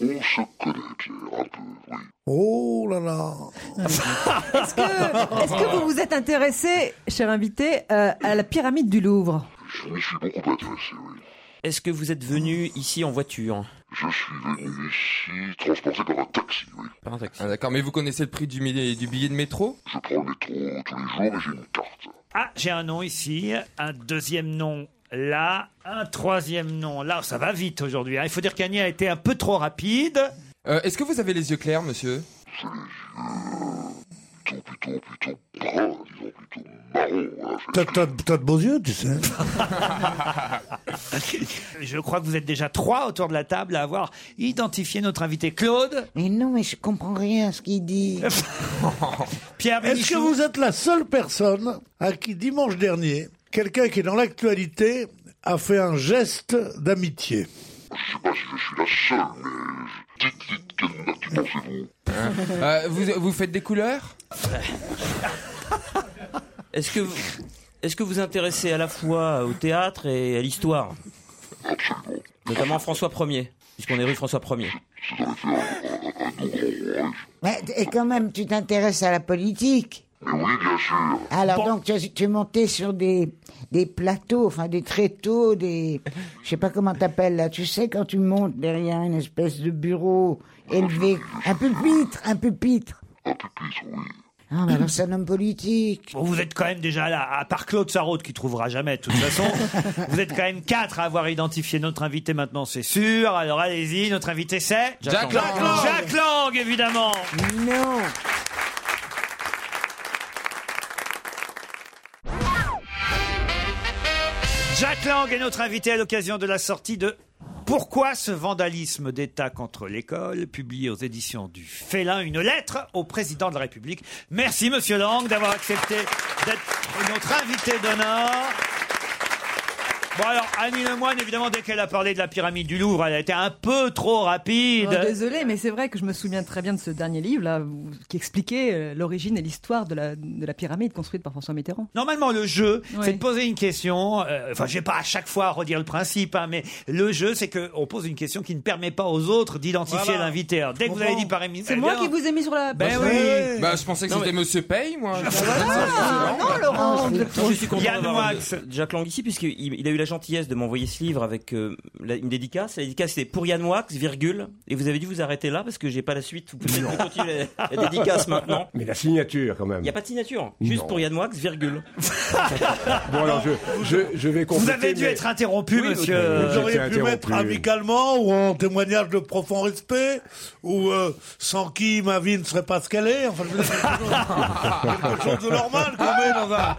On se connaît, Pierre, un peu, oui. Oh là là Est-ce que, est-ce que vous vous êtes intéressé, cher invité, euh, à la pyramide du Louvre Je m'y suis beaucoup intéressé, oui. Est-ce que vous êtes venu ici en voiture Je suis venu ici transporté par un taxi, oui. Par un taxi. Ah, D'accord, mais vous connaissez le prix du, millet- du billet de métro Je prends le métro tous les jours et j'ai une carte. Ah, j'ai un nom ici, un deuxième nom là, un troisième nom là. Ça va vite aujourd'hui. hein. Il faut dire qu'Annie a été un peu trop rapide. Euh, Est-ce que vous avez les yeux clairs, monsieur Plutôt, plutôt brun, disons plutôt marron. voilà. T'as- T'as t'as de beaux yeux, tu sais. Je crois que vous êtes déjà trois autour de la table à avoir identifié notre invité Claude. Mais non, mais je comprends rien à ce qu'il dit. Pierre Est-ce que vous êtes la seule personne à qui, dimanche dernier, quelqu'un qui est dans l'actualité a fait un geste d'amitié Je sais pas si je suis la seule, mais je- dites, dites, quelle nature pensez-vous Hein? Euh, vous, vous faites des couleurs Est-ce que vous, est-ce que vous intéressez à la fois au théâtre et à l'histoire Notamment François 1er, puisqu'on est rue François 1er. Mais t- et quand même, tu t'intéresses à la politique. Mais oui, bien sûr. Alors donc, tu, as- tu es monté sur des, des plateaux, enfin des tréteaux, des... Je sais pas comment t'appelles là. Tu sais, quand tu montes derrière une espèce de bureau élevé, un pupitre, un pupitre. Ah, mais alors c'est un homme politique. Bon, vous êtes quand même déjà là, à part Claude Sarraute qui trouvera jamais de toute façon. vous êtes quand même quatre à avoir identifié notre invité maintenant, c'est sûr. Alors allez-y, notre invité c'est Jack Lang. Jack Lang. Jack Lang, évidemment. Non. Jack Lang est notre invité à l'occasion de la sortie de Pourquoi ce vandalisme d'État contre l'école, publié aux éditions du Félin, une lettre au président de la République. Merci, monsieur Lang, d'avoir accepté d'être notre invité d'honneur. Bon alors, Annie Lemoine, évidemment, dès qu'elle a parlé de la pyramide du Louvre, elle a été un peu trop rapide. Oh, désolé, mais c'est vrai que je me souviens très bien de ce dernier livre là, où- qui expliquait euh, l'origine et l'histoire de la, de la pyramide construite par François Mitterrand. Normalement, le jeu, Oui. c'est de poser une question. euh, Enfin, je vais pas à chaque fois redire le principe, hein, mais le jeu, c'est qu'on pose une question qui ne permet pas aux autres d'identifier Voilà. l'invité. Alors, Dès que vous avez dit par émission, C'est moi qui vous ai mis sur la. Ben Parce que- oui. Bah, je pensais que Non, c'était Monsieur Paye, moi. Ah, non, Laurent, vous êtes trop- Je suis content Yann Moix. d'avoir eu Jacques Lang ici, puisqu'il il a eu la gentillesse de m'envoyer ce livre avec euh, la- une dédicace. La dédicace, c'était pour Yann Moix, virgule. Et vous avez dû vous arrêter là, parce que j'ai pas la suite. Vous pouvez peut-être continuer la, la dédicace maintenant. Mais la signature, quand même. Il n'y a pas de signature, juste Non. pour Yann Moix, virgule. Bon, alors, je, je, je vais compléter. mais- Oui, Vous j'ai été auriez pu mettre interrompu. amicalement ou en témoignage de profond respect ou euh, sans qui ma vie ne serait pas ce qu'elle est. Enfin, je veux dire, quelque chose- quelque chose de normal qu'on met dans, un,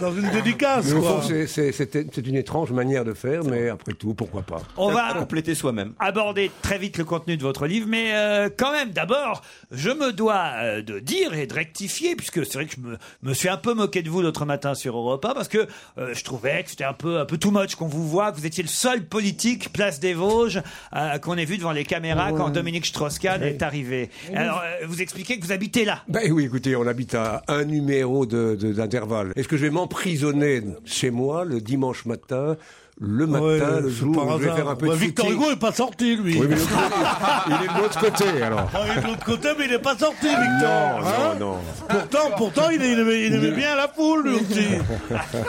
dans une dédicace. Mais au quoi. fond, c'est- c'est c'était- c'est une étrange manière de faire, mais après tout, pourquoi pas On va compléter soi-même. aborder très vite le contenu de votre livre, mais euh, quand même, d'abord, je me dois euh, de dire et de rectifier, puisque c'est vrai que je me, me suis un peu moqué de vous l'autre matin sur Europa, parce que euh, je trouvais que c'était un peu, un peu too much qu'on vous voit, que vous étiez le seul politique, place des Vosges, euh, qu'on ait vu devant les caméras quand Dominique Strauss-Kahn est arrivé. Alors, euh, vous expliquez que vous habitez là. Ben oui, écoutez, on habite à un numéro de- de- d'intervalle. Est-ce que je vais m'emprisonner chez moi le dimanche matin le matin, Ouais, le c'est jour par où je vais hasard. faire un peu Bah, de Victor footing Hugo n'est pas sorti, lui. Oui, mais l'autre côté, il est de l'autre côté, alors. Ah, il est de l'autre côté, mais il n'est pas sorti, Victor. Non, hein. non, non. Pourtant, pourtant, il, est- il aimait, il aimait bien la foule, lui aussi.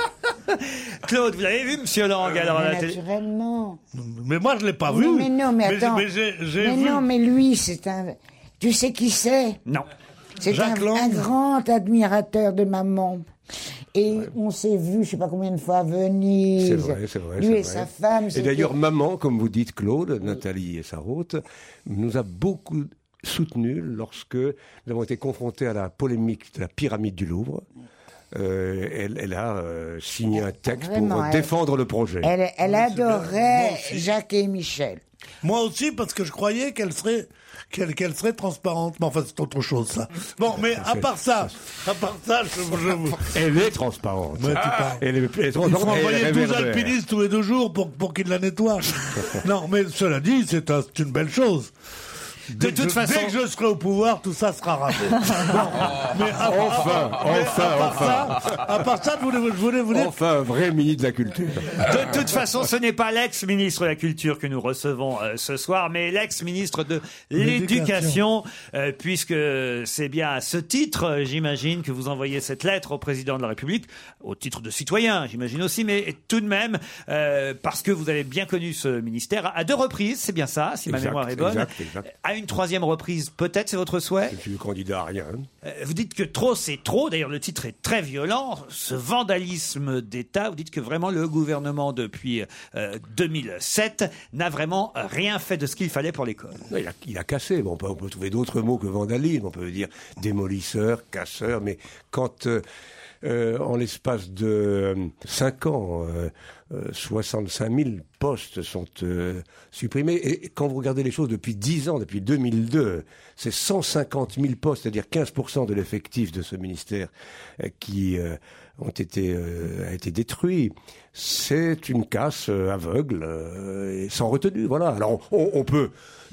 Claude, vous l'avez vu, monsieur Lang, alors, à la Mais télé naturellement. Euh, Mais moi, je l'ai Ah pas vu. Non, mais non, mais attends. Mais, j'ai- j'ai Mais vu. non, mais lui, c'est un. Tu sais qui c'est Non. C'est un, Jacques Lang. un grand admirateur de maman. Et on s'est vu, je sais pas combien de fois à Venise. C'est vrai, c'est vrai. Lui c'est et vrai. sa femme. Et c'était- d'ailleurs, maman, comme vous dites, Claude, Nathalie et Sarraute, nous a beaucoup soutenu lorsque nous avons été confrontés à la polémique de la pyramide du Louvre. Euh, elle, elle a euh, signé un texte Vraiment, pour elle- défendre le projet. Elle, elle Moi adorait aussi. Jacques et Michel. Moi aussi, parce que je croyais qu'elle serait, qu'elle, qu'elle serait transparente. Mais enfin, c'est autre chose, ça. Bon, mais à part ça, à part ça, je, je- Elle est transparente. Ouais, tu parles. elle est, elle est il transparente. faut elle envoyer 12 réverbère. alpinistes tous les deux jours pour, pour qu'ils la nettoient. non, mais cela dit, c'est, un- c'est une belle chose. Dès De que toute je- façon- Dès que je serai au pouvoir, tout ça sera raté. Ah, Enfin, enfin, enfin. à part ça, je voulais, je voulais vous dire Enfin, un vrai ministre de la culture. De toute façon, ce n'est pas l'ex-ministre de la Culture que nous recevons euh, ce soir, mais l'ex-ministre de l'Éducation, euh, puisque c'est bien à ce titre, euh, j'imagine, que vous envoyez cette lettre au président de la République, au titre de citoyen, j'imagine aussi, mais tout de même, euh, parce que vous avez bien connu ce ministère à deux reprises, c'est bien ça, si ma Exact, mémoire est bonne. exact, exact. À une troisième reprise, peut-être, c'est votre souhait Je suis candidat à rien. euh, Vous dites que trop, c'est trop. D'ailleurs, le titre est très violent. Ce vandalisme d'État, vous dites que vraiment le gouvernement, depuis euh, 2007, n'a vraiment rien fait de ce qu'il fallait pour l'école. Non, il, a, il a cassé. Bon, on, peut, on peut trouver d'autres mots que vandalisme. On peut dire démolisseur, casseur. Mais quand euh, euh, en l'espace de 5 ans, euh, euh, 65 000 postes sont euh, supprimés. Et quand vous regardez les choses depuis 10 ans, depuis 2002, c'est 150 000 postes, c'est-à-dire 15 de l'effectif de ce ministère euh, qui euh, ont été euh, a été détruit. C'est une casse euh, aveugle euh, et sans retenue. Voilà. Alors on, on peut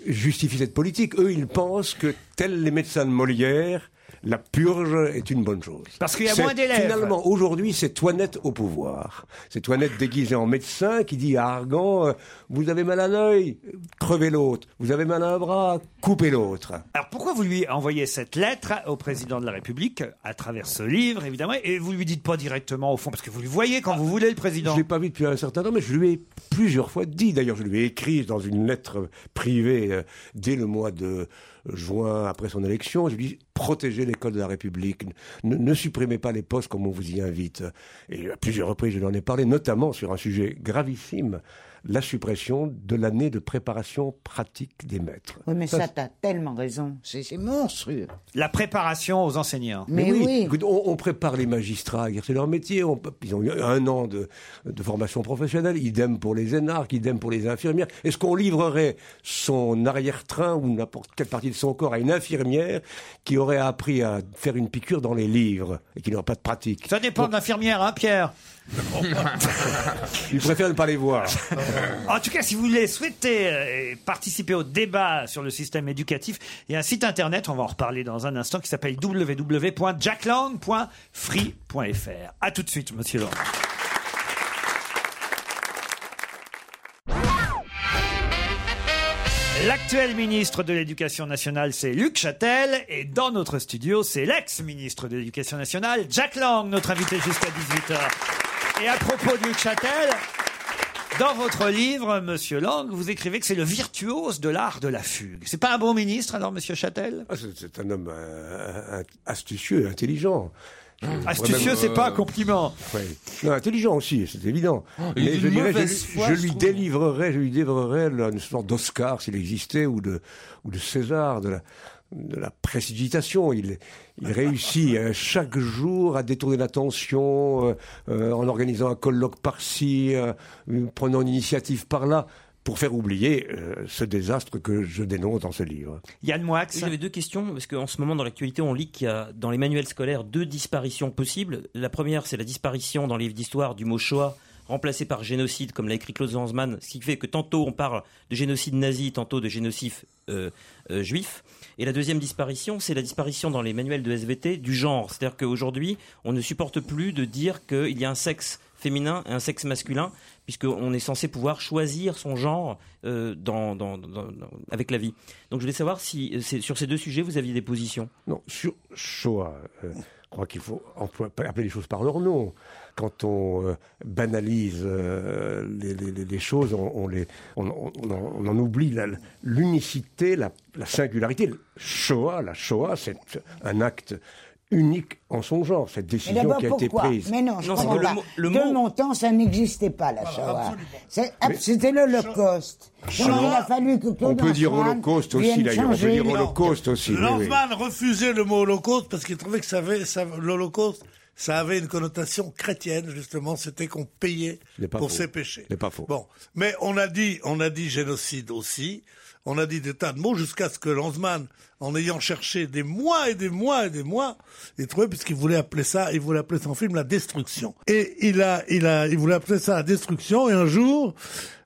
justifier cette politique. Eux, ils pensent que tels les médecins de Molière. La purge est une bonne chose. Parce qu'il y a C'est- moins d'élèves. Finalement, Aujourd'hui, c'est Toinette au pouvoir. C'est Toinette déguisée en médecin qui dit à Argan euh, Vous avez mal à l'œil, crevez l'autre. Vous avez mal à un bras, coupez l'autre. Alors pourquoi vous lui envoyez cette lettre au président de la République à travers ce livre, évidemment, et vous lui dites pas directement au fond, parce que vous le voyez quand vous voulez le président. Je l'ai pas vu depuis un certain temps, mais je lui ai plusieurs fois dit. D'ailleurs, je lui ai écrit dans une lettre privée euh, dès le mois de juin après son élection. Je lui ai dit protégez l'école de la République, ne, ne supprimez pas les postes comme on vous y invite. Et à plusieurs reprises, je lui en ai parlé, notamment sur un sujet gravissime la suppression de l'année de préparation pratique des maîtres. Oui, mais Ça, ça, t'as tellement raison. C'est c'est monstrueux. La préparation aux enseignants. Mais oui. Écoute, on, on prépare les magistrats à exercer leur métier. on- ils ont eu un an de, de formation professionnelle. Idem pour les énarques, idem pour les infirmières. Est-ce qu'on livrerait son arrière-train ou n'importe quelle partie de son corps à une infirmière qui aurait appris à faire une piqûre dans les livres et qui n'aurait pas de pratique Ça dépend de l'infirmière, hein, Pierre Ils préfèrent ne pas les voir. En tout cas, si vous voulez souhaiter euh, participer au débat sur le système éducatif, il y a un site internet, on va en reparler dans un instant, qui s'appelle www.jackland.free.fr. À tout de suite, monsieur Laurent. L'actuel ministre de l'Éducation nationale, c'est Luc Châtel, et dans notre studio, c'est l'ex-ministre de l'Éducation nationale, Jack Lang, notre invité jusqu'à 18h. Et à propos de Luc Châtel, dans votre livre, Monsieur Lang, vous écrivez que c'est le virtuose de l'art de la fugue. C'est pas un bon ministre, alors, Monsieur Châtel Ah, c'est- C'est un homme euh, un- astucieux, intelligent. Je- Astucieux, Ouais, c'est euh, pas un compliment. Ouais. Non, intelligent aussi, c'est évident. Oh, il est Mais d'une je dirais, je, mauvaise foi, je je lui trouve. délivrerais, je lui délivrerais là, une sorte d'Oscar s'il existait ou de ou de César, de la de la précipitation. Il il réussit euh, chaque jour à détourner l'attention euh, euh, en organisant un colloque par-ci, euh, euh, prenant une initiative par-là. Pour faire oublier euh, ce désastre que je dénonce dans ce livre. Yann Moix. Oui, J'avais deux questions, parce qu'en ce moment, dans l'actualité, on lit qu'il y a dans les manuels scolaires deux disparitions possibles. La première, c'est la disparition dans les livres d'histoire du mot Shoah, remplacé par génocide, comme l'a écrit Claude Lanzmann, ce qui fait que tantôt on parle de génocide nazi, tantôt de génocide euh, euh, juif. Et la deuxième disparition, c'est la disparition dans les manuels de SVT du genre. C'est-à-dire qu'aujourd'hui, on ne supporte plus de dire qu'il y a un sexe féminin et un sexe masculin, puisqu'on est censé pouvoir choisir son genre euh, dans, dans- dans- dans- avec la vie. Donc je voulais savoir si euh, c'est- sur ces deux sujets, vous aviez des positions. Non, sur Shoah, euh, je crois qu'il faut emplo- appeler les choses par leur nom. Quand on euh, banalise euh, les, les- les- les choses, on, on les, on, on- on en, on en oublie la- l'unicité, la, la singularité. Shoah, la Shoah, c'est un acte unique en son genre, cette Mais décision d'abord, qui a été pourquoi prise. Mais non, je comprends pas. De mon temps, ça n'existait pas, la Shoah. C'est- ah, Mais- C'était l'Holocauste. Shoah- Comment il a fallu que Claude On peut dire Lanzmann holocauste vienne aussi, d'ailleurs. On peut changer dire les- holocauste aussi. oui, oui. Lanzmann refusait le mot holocauste parce qu'il trouvait que ça avait, ça- l'holocauste, ça avait une connotation chrétienne, justement. C'était qu'on payait Ce n'est pas pour faux. ses péchés. Ce n'est pas faux. Bon. Mais on a dit, on a dit génocide aussi. On a dit des tas de mots jusqu'à ce que Lanzmann, en ayant cherché des mois et des mois et des mois, ait trouvé, puisqu'il voulait appeler ça, il voulait appeler son film la destruction. Et il a, il a, il voulait appeler ça la destruction, et un jour,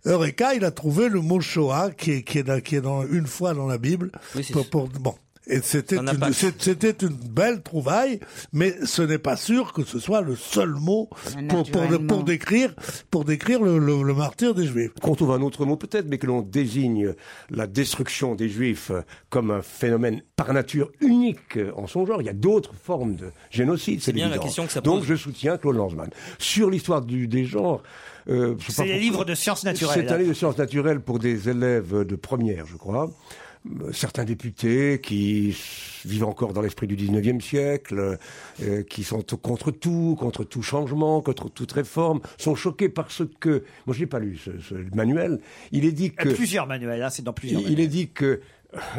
Eureka, il a trouvé le mot Shoah, qui est, qui est, dans- qui est dans, une fois dans la Bible. pour, pour- bon. Et c'était Un une, apache. c'est- c'était une belle trouvaille, mais ce n'est pas sûr que ce soit le seul mot pour, pour, Naturellement. pour décrire, pour décrire le, le- le martyr des Juifs. Qu'on trouve un autre mot peut-être, mais que l'on désigne la destruction des Juifs euh, comme un phénomène par nature unique euh, en son genre. Il y a d'autres formes de génocide, c'est bien la évident. question que ça Donc pose. je soutiens Claude Lanzmann. Sur l'histoire du- des genres... euh, je sais C'est pas les pourquoi- livres de sciences naturelles. C'est un livre de sciences naturelles pour des élèves de première, je crois. Euh, Certains députés qui s- vivent encore dans l'esprit du 19e siècle, euh, qui sont contre tout, contre tout changement, contre toute réforme, sont choqués parce que, moi je n'ai pas lu ce, ce manuel, il est dit Il y que... a Euh, plusieurs manuels, hein, c'est dans plusieurs Il, il est dit que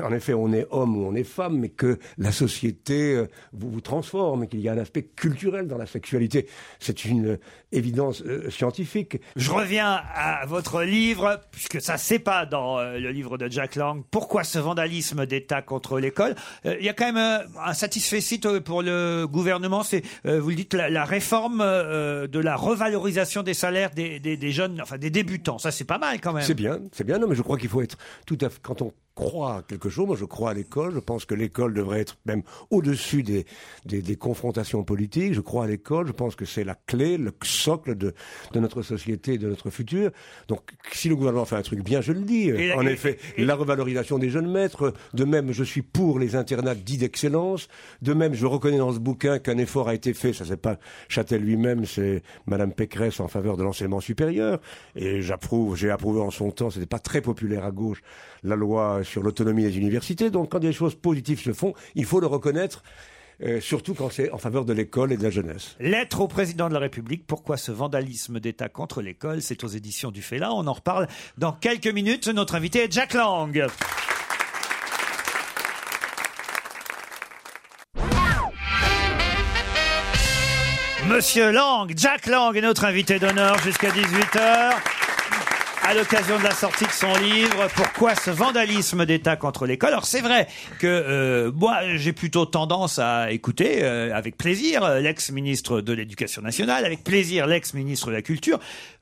en effet, on est homme ou on est femme, mais que la société euh, vous, vous transforme et qu'il y a un aspect culturel dans la sexualité. C'est une euh, évidence euh, scientifique. Je reviens à votre livre, puisque ça c'est pas dans euh, le livre de Jack Lang. Pourquoi ce vandalisme d'État contre l'école Euh, Il y a quand même euh, un satisfecit euh, pour le gouvernement. C'est, euh, vous le dites, la, la réforme euh, de la revalorisation des salaires des, des- des jeunes, enfin des débutants. Ça c'est pas mal quand même. C'est bien, c'est bien. Non, mais je crois qu'il faut être tout à fait. Quand on croit à quelque chose, moi je crois à l'école, je pense que l'école devrait être même au-dessus des, des, des confrontations politiques, je crois à l'école, je pense que c'est la clé, le socle de, de notre société, et de notre futur. Donc si le gouvernement fait un truc bien, je le dis. Et la- en et- effet, la revalorisation des jeunes maîtres, de même je suis pour les internats dits d'excellence, de même je reconnais dans ce bouquin qu'un effort a été fait, ça c'est pas Châtel lui-même, c'est Madame Pécresse en faveur de l'enseignement supérieur, et j'approuve, j'ai approuvé en son temps, c'était pas très populaire à gauche, la loi sur l'autonomie des universités, donc quand des choses positives se font, il faut le reconnaître, euh, surtout quand c'est en faveur de l'école et de la jeunesse. Lettre au président de la République. Pourquoi ce vandalisme d'État contre l'école C'est aux éditions du Félin. On en reparle dans quelques minutes. Notre invité est Jack Lang. Monsieur Lang, Jack Lang est notre invité d'honneur jusqu'à 18h. À l'occasion de la sortie de son livre, pourquoi ce vandalisme d'État contre l'école Alors c'est vrai que euh, moi j'ai plutôt tendance à écouter euh, avec plaisir euh, l'ex-ministre de l'Éducation nationale, avec plaisir l'ex-ministre de la Culture.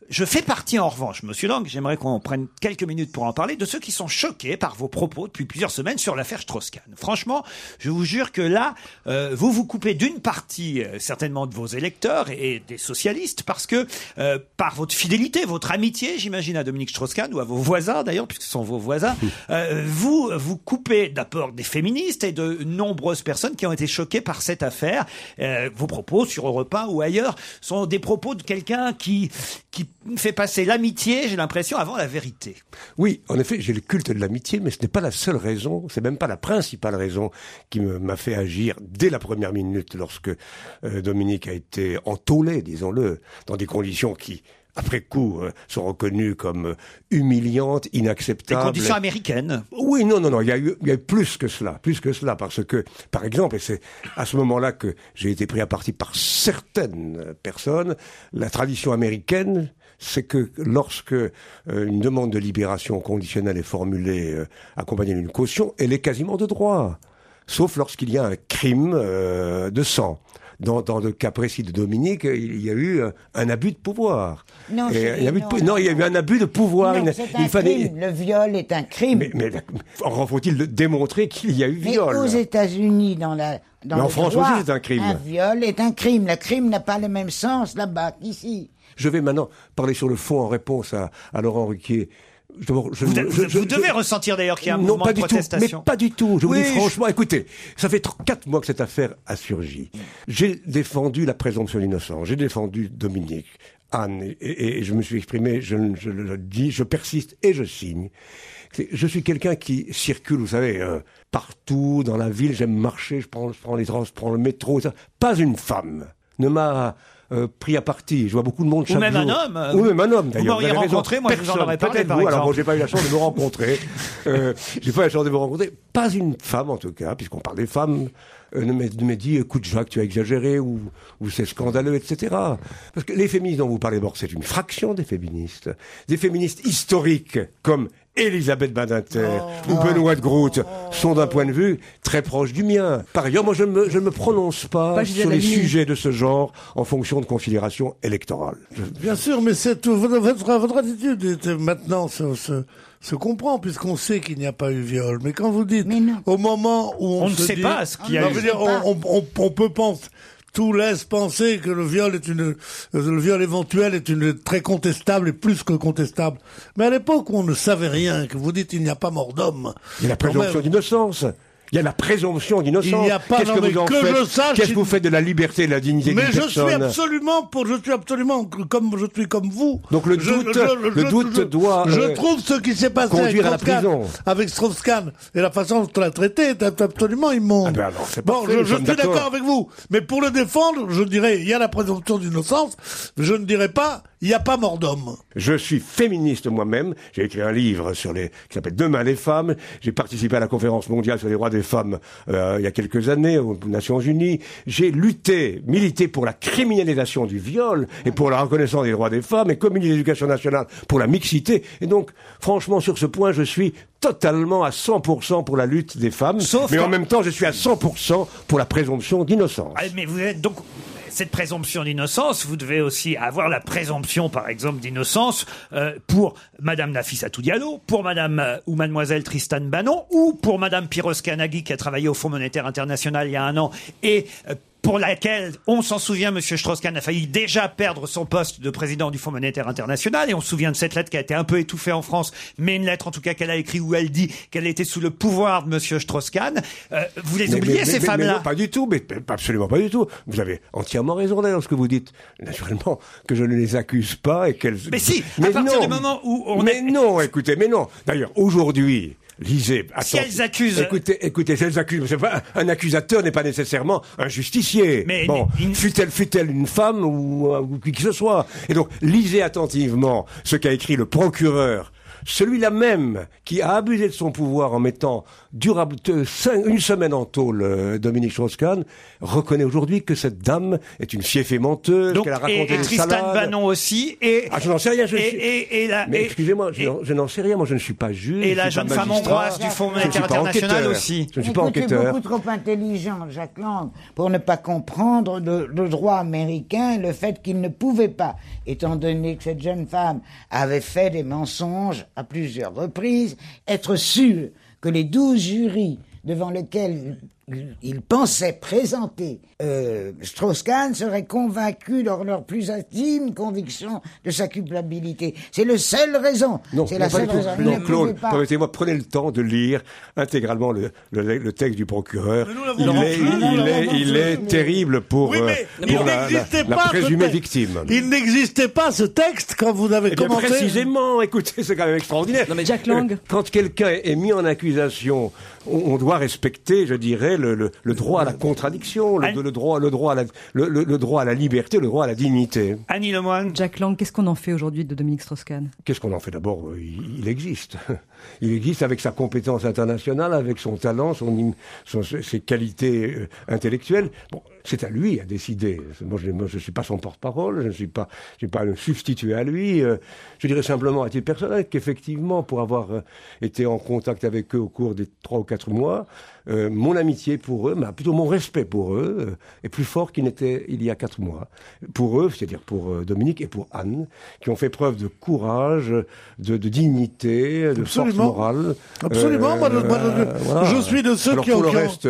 Je fais partie en revanche, Monsieur Lang, j'aimerais qu'on prenne quelques minutes pour en parler, de ceux qui sont choqués par vos propos depuis plusieurs semaines sur l'affaire Strauss-Kahn. Franchement, je vous jure que là, euh, vous vous coupez d'une partie euh, certainement de vos électeurs et, et des socialistes parce que euh, par votre fidélité, votre amitié, j'imagine à Dominique Strauss-Kahn ou à vos voisins d'ailleurs, puisque ce sont vos voisins, Hmm. euh, vous vous coupez d'abord des féministes et de nombreuses personnes qui ont été choquées par cette affaire. Euh, vos propos sur Europe 1 ou ailleurs sont des propos de quelqu'un qui qui fait passer l'amitié, j'ai l'impression, avant la vérité. Oui, en effet, j'ai le culte de l'amitié, mais ce n'est pas la seule raison, c'est même pas la principale raison qui me- m'a fait agir dès la première minute lorsque euh, Dominique a été entoulé, disons-le, dans des conditions qui, après coup, euh, sont reconnues comme euh, humiliantes, Les inacceptables. conditions américaines. Oui, non, non, non, il y, a eu, il y a eu plus que cela, plus que cela, parce que, par exemple, et c'est à ce moment-là que j'ai été pris à partie par certaines personnes, la tradition américaine, c'est que lorsque euh, une demande de libération conditionnelle est formulée euh, accompagnée d'une caution, elle est quasiment de droit, sauf lorsqu'il y a un crime euh, de sang. Dans, dans le cas précis de Dominique, il y a eu euh, un abus de pouvoir. Non, Et chérie, il y a eu de pou- non. non, il y a eu un abus de pouvoir. Non, Il- c'est il un fallait, crime. Le viol est un crime. mais, mais encore faut-il le démontrer qu'il y a eu Mais viol aux États-Unis, dans la dans Mais en le France droit, aussi, c'est un crime. Un viol est un crime. Le crime n'a pas le même sens là-bas qu'ici. Je vais maintenant parler sur le fond en réponse à, à Laurent Ruquier. Je- je- Vous, je- vous- je- vous je- devez ressentir d'ailleurs qu'il y a un non, mouvement pas de du protestation. Tout, mais pas du tout. Je vous Oui, dis franchement, écoutez, ça fait tr- quatre mois que cette affaire a surgi. J'ai défendu la présomption d'innocence. J'ai défendu Dominique, Anne, et, et- et je me suis exprimé, je, je le dis, je persiste et je signe. C'est- Je suis quelqu'un qui circule, vous savez, euh, partout dans la ville. J'aime marcher, je prends, je prends les trans, je prends le métro. ça. Pas une femme ne m'a euh, pris à partie. Je vois beaucoup de monde Ou chaque même un jour. homme, euh, Ou même un homme, vous d'ailleurs. m'auriez avez raison. rencontré, moi, je vous en Personne. aurais parlé, Peut-être par vous, alors bon, exemple. j'ai pas eu la chance de me rencontrer. Euh, j'ai pas eu la chance de me rencontrer. Pas une femme, en tout cas, puisqu'on parle des femmes, euh, ne m'a ne m'a dit, écoute, Jacques, tu as exagéré, ou, ou c'est scandaleux, etc. Parce que les féministes dont vous parlez, bon, c'est une fraction des féministes. Des féministes historiques, comme Elisabeth Badinter Oh. ou Benoît de Groot, sont d'un point de vue très proche du mien. Par ailleurs, moi, je ne me, je ne me prononce pas, Pas Gisèle sur les Halimi. sujets de ce genre en fonction de considérations électorales. Je- Bien sûr, mais c'est tout. Votre, votre- votre attitude est- euh, maintenant se, se- se comprend puisqu'on sait qu'il n'y a pas eu viol. Mais quand vous dites au moment où on, On ne se sait dit- pas ce qu'il y a Non, eu. je veux dire, on, on- on- on peut penser. Tout laisse penser que le viol est une, euh, le viol éventuel est une très contestable et plus que contestable. Mais à l'époque où on ne savait rien, que vous dites il n'y a pas mort d'homme. Il y a la présomption Quand même. d'innocence. Il y a la présomption d'innocence. Il n'y a pas- Qu'est-ce non, que mais vous en que faites je sache, Qu'est-ce il- que vous faites de la liberté et de la dignité Mais d'une je personne suis absolument pour, je suis absolument comme je suis comme vous. Donc le Je- doute- je- le doute doit, Je euh, trouve ce qui s'est passé conduire à la avec Strauss-Kahn, prison. avec Strauss-Kahn et la façon dont on l'a traité est absolument immonde. Ah ben c'est bon, parfait, je, nous je sommes suis d'accord. d'accord avec vous, mais pour le défendre, je dirais il y a la présomption d'innocence. Je ne dirais pas il n'y a pas mort d'homme. Je suis féministe moi-même. J'ai écrit un livre sur les qui s'appelle Demain les femmes. J'ai participé à la conférence mondiale sur les droits des femmes euh, il y a quelques années aux Nations Unies. J'ai lutté, milité pour la criminalisation du viol et pour la reconnaissance des droits des femmes et commis l'éducation nationale pour la mixité. Et donc, franchement, sur ce point, je suis totalement à 100% pour la lutte des femmes. mais en même temps, je suis à 100% pour la présomption d'innocence. Ah, mais vous êtes donc cette présomption d'innocence, vous devez aussi avoir la présomption, par exemple, d'innocence euh, pour Madame Nafissatou Diallo, pour Madame euh, ou Mademoiselle Tristan Banon, ou pour Madame Piros-Kanaghi qui a travaillé au Fonds monétaire international il y a un an et euh, pour laquelle, on s'en souvient, Monsieur Strauss-Kahn a failli déjà perdre son poste de président du Fonds monétaire international, et on se souvient de cette lettre qui a été un peu étouffée en France, mais une lettre en tout cas qu'elle a écrite où elle dit qu'elle était sous le pouvoir de Monsieur Strauss-Kahn. Euh, vous les Mais- oubliez mais- ces mais- mais femmes-là non, Pas du tout, mais mais absolument pas du tout. Vous avez entièrement raison d'ailleurs ce que vous dites. Naturellement, que je ne les accuse pas et qu'elles. Mais si, à partir du moment où on mais non, écoutez, mais non. D'ailleurs, aujourd'hui. Lisez, Ah, Si attends- elles accusent- Écoutez, écoutez, si elles accusent. c'est Pas, un accusateur n'est pas nécessairement un justicier. Mais- bon, fut-elle fut-elle une femme ou, euh, ou qui que ce soit. Et donc, lisez attentivement ce qu'a écrit le procureur. Celui-là même qui a abusé de son pouvoir en mettant durable te- cinq- une semaine en tôle euh, Dominique Strauss-Kahn reconnaît aujourd'hui que cette dame est une fief et menteuse, qu'elle a raconté et, et une Tristan salade. Bannon aussi et Ah, je n'en sais rien. Je et, suis- et- et la, Mais Ah, et- excusez-moi, je n'en- je n'en sais rien. Moi, je ne suis pas juge. et je la suis pas jeune femme magistrat, hongroise du Fonds je ne suis pas monétaire international enquêteur. aussi. Je ne suis pas Écoute, tu es enquêteur. beaucoup trop intelligent, Jacques Lang, pour ne pas comprendre le, le droit américain et le fait qu'il ne pouvait pas, étant donné que cette jeune femme avait fait des mensonges à plusieurs reprises, être sûr que les douze jurys devant lesquels il- il pensait présenter euh, Strauss-Kahn serait convaincu dans leur plus intime conviction de sa culpabilité. C'est le seul raison. Non, c'est non, la pas seule du tout. raison. Il Non, ne Claude, pouvait pas. permettez-moi, prenez le temps de lire intégralement le, le- le texte du procureur. l'avons Il plus, est, nous l'avons il est, plus, il est terrible pour, euh, Il pour la, la- n'existait la pas ce présumée texte. victime. Il n'existait pas ce texte quand vous avez Eh bien, commencé. précisément, écoutez, c'est quand même extraordinaire. Jack Lang. Euh, Quand quelqu'un est mis en accusation, on, on doit respecter, je dirais, le, le- le droit à la contradiction, le, le droit, le, droit à la, le- le- le droit à la liberté, le droit à la dignité. Annie Lemoine. Jack Lang, qu'est-ce qu'on en fait aujourd'hui de Dominique Strauss-Kahn Qu'est-ce qu'on en fait d'abord Euh, il, il existe. Il existe avec sa compétence internationale, avec son talent, son, im- son- ses qualités euh, intellectuelles. Bon, c'est à lui à décider. Moi, je ne suis pas son porte-parole, je ne suis pas, je suis pas un substitut à lui. Euh, Je dirais simplement à titre personnel qu'effectivement, pour avoir euh, été en contact avec eux au cours des trois ou quatre mois, euh, mon amitié pour eux, mais plutôt mon respect pour eux, euh, est plus fort qu'il n'était il y a quatre mois. Pour eux, c'est-à-dire pour euh, Dominique et pour Anne, qui ont fait preuve de courage, de, de dignité, de Absolument. force morale. Euh, Absolument, moi, je- moi, je- je suis de ceux Alors, qui pour ont- le qui ont- reste,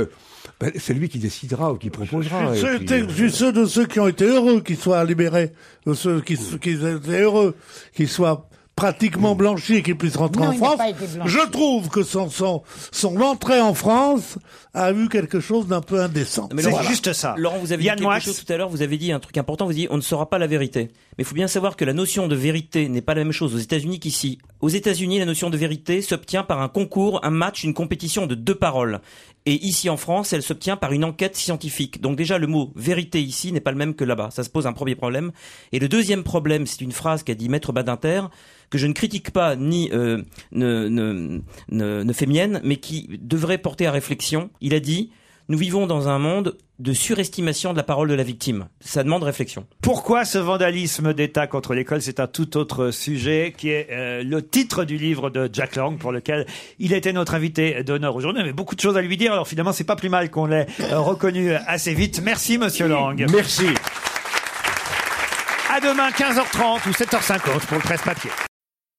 ben, c'est lui qui décidera ou qui proposera. Je et suis ceux- puis, euh, euh, je suis ceux de ceux qui ont été heureux qu'ils soient libérés, de ceux qui, qui étaient heureux qu'ils soient pratiquement blanchis et qu'ils puissent rentrer Non, en il n'a France. pas été blanchi. Je trouve que son, son, son entrée en France a eu quelque chose d'un peu indécent. Mais Laurent, Laurent, vous avez dit quelque chose tout à l'heure, vous avez dit un truc important, vous avez dit on ne saura pas la vérité. Mais il faut bien savoir que la notion de vérité n'est pas la même chose aux États-Unis qu'ici. Aux États-Unis, la notion de vérité s'obtient par un concours, un match, une compétition de deux paroles. Et ici en France, elle s'obtient par une enquête scientifique. Donc déjà, le mot vérité ici n'est pas le même que là-bas. Ça se pose un premier problème. Et le deuxième problème, c'est une phrase qu'a dit Maître Badinter, que je ne critique pas ni euh, ne, ne, ne, ne fait mienne, mais qui devrait porter à réflexion. Il a dit nous vivons dans un monde de surestimation de la parole de la victime. Ça demande réflexion. Pourquoi ce vandalisme d'État contre l'école C'est un tout autre sujet qui est euh, le titre du livre de Jack Lang pour lequel il était notre invité d'honneur aujourd'hui. On avait beaucoup de choses à lui dire, alors finalement c'est pas plus mal qu'on l'ait euh, reconnu assez vite. Merci Monsieur Lang. Merci. À demain 15h30 ou 7h50 pour le presse-papier.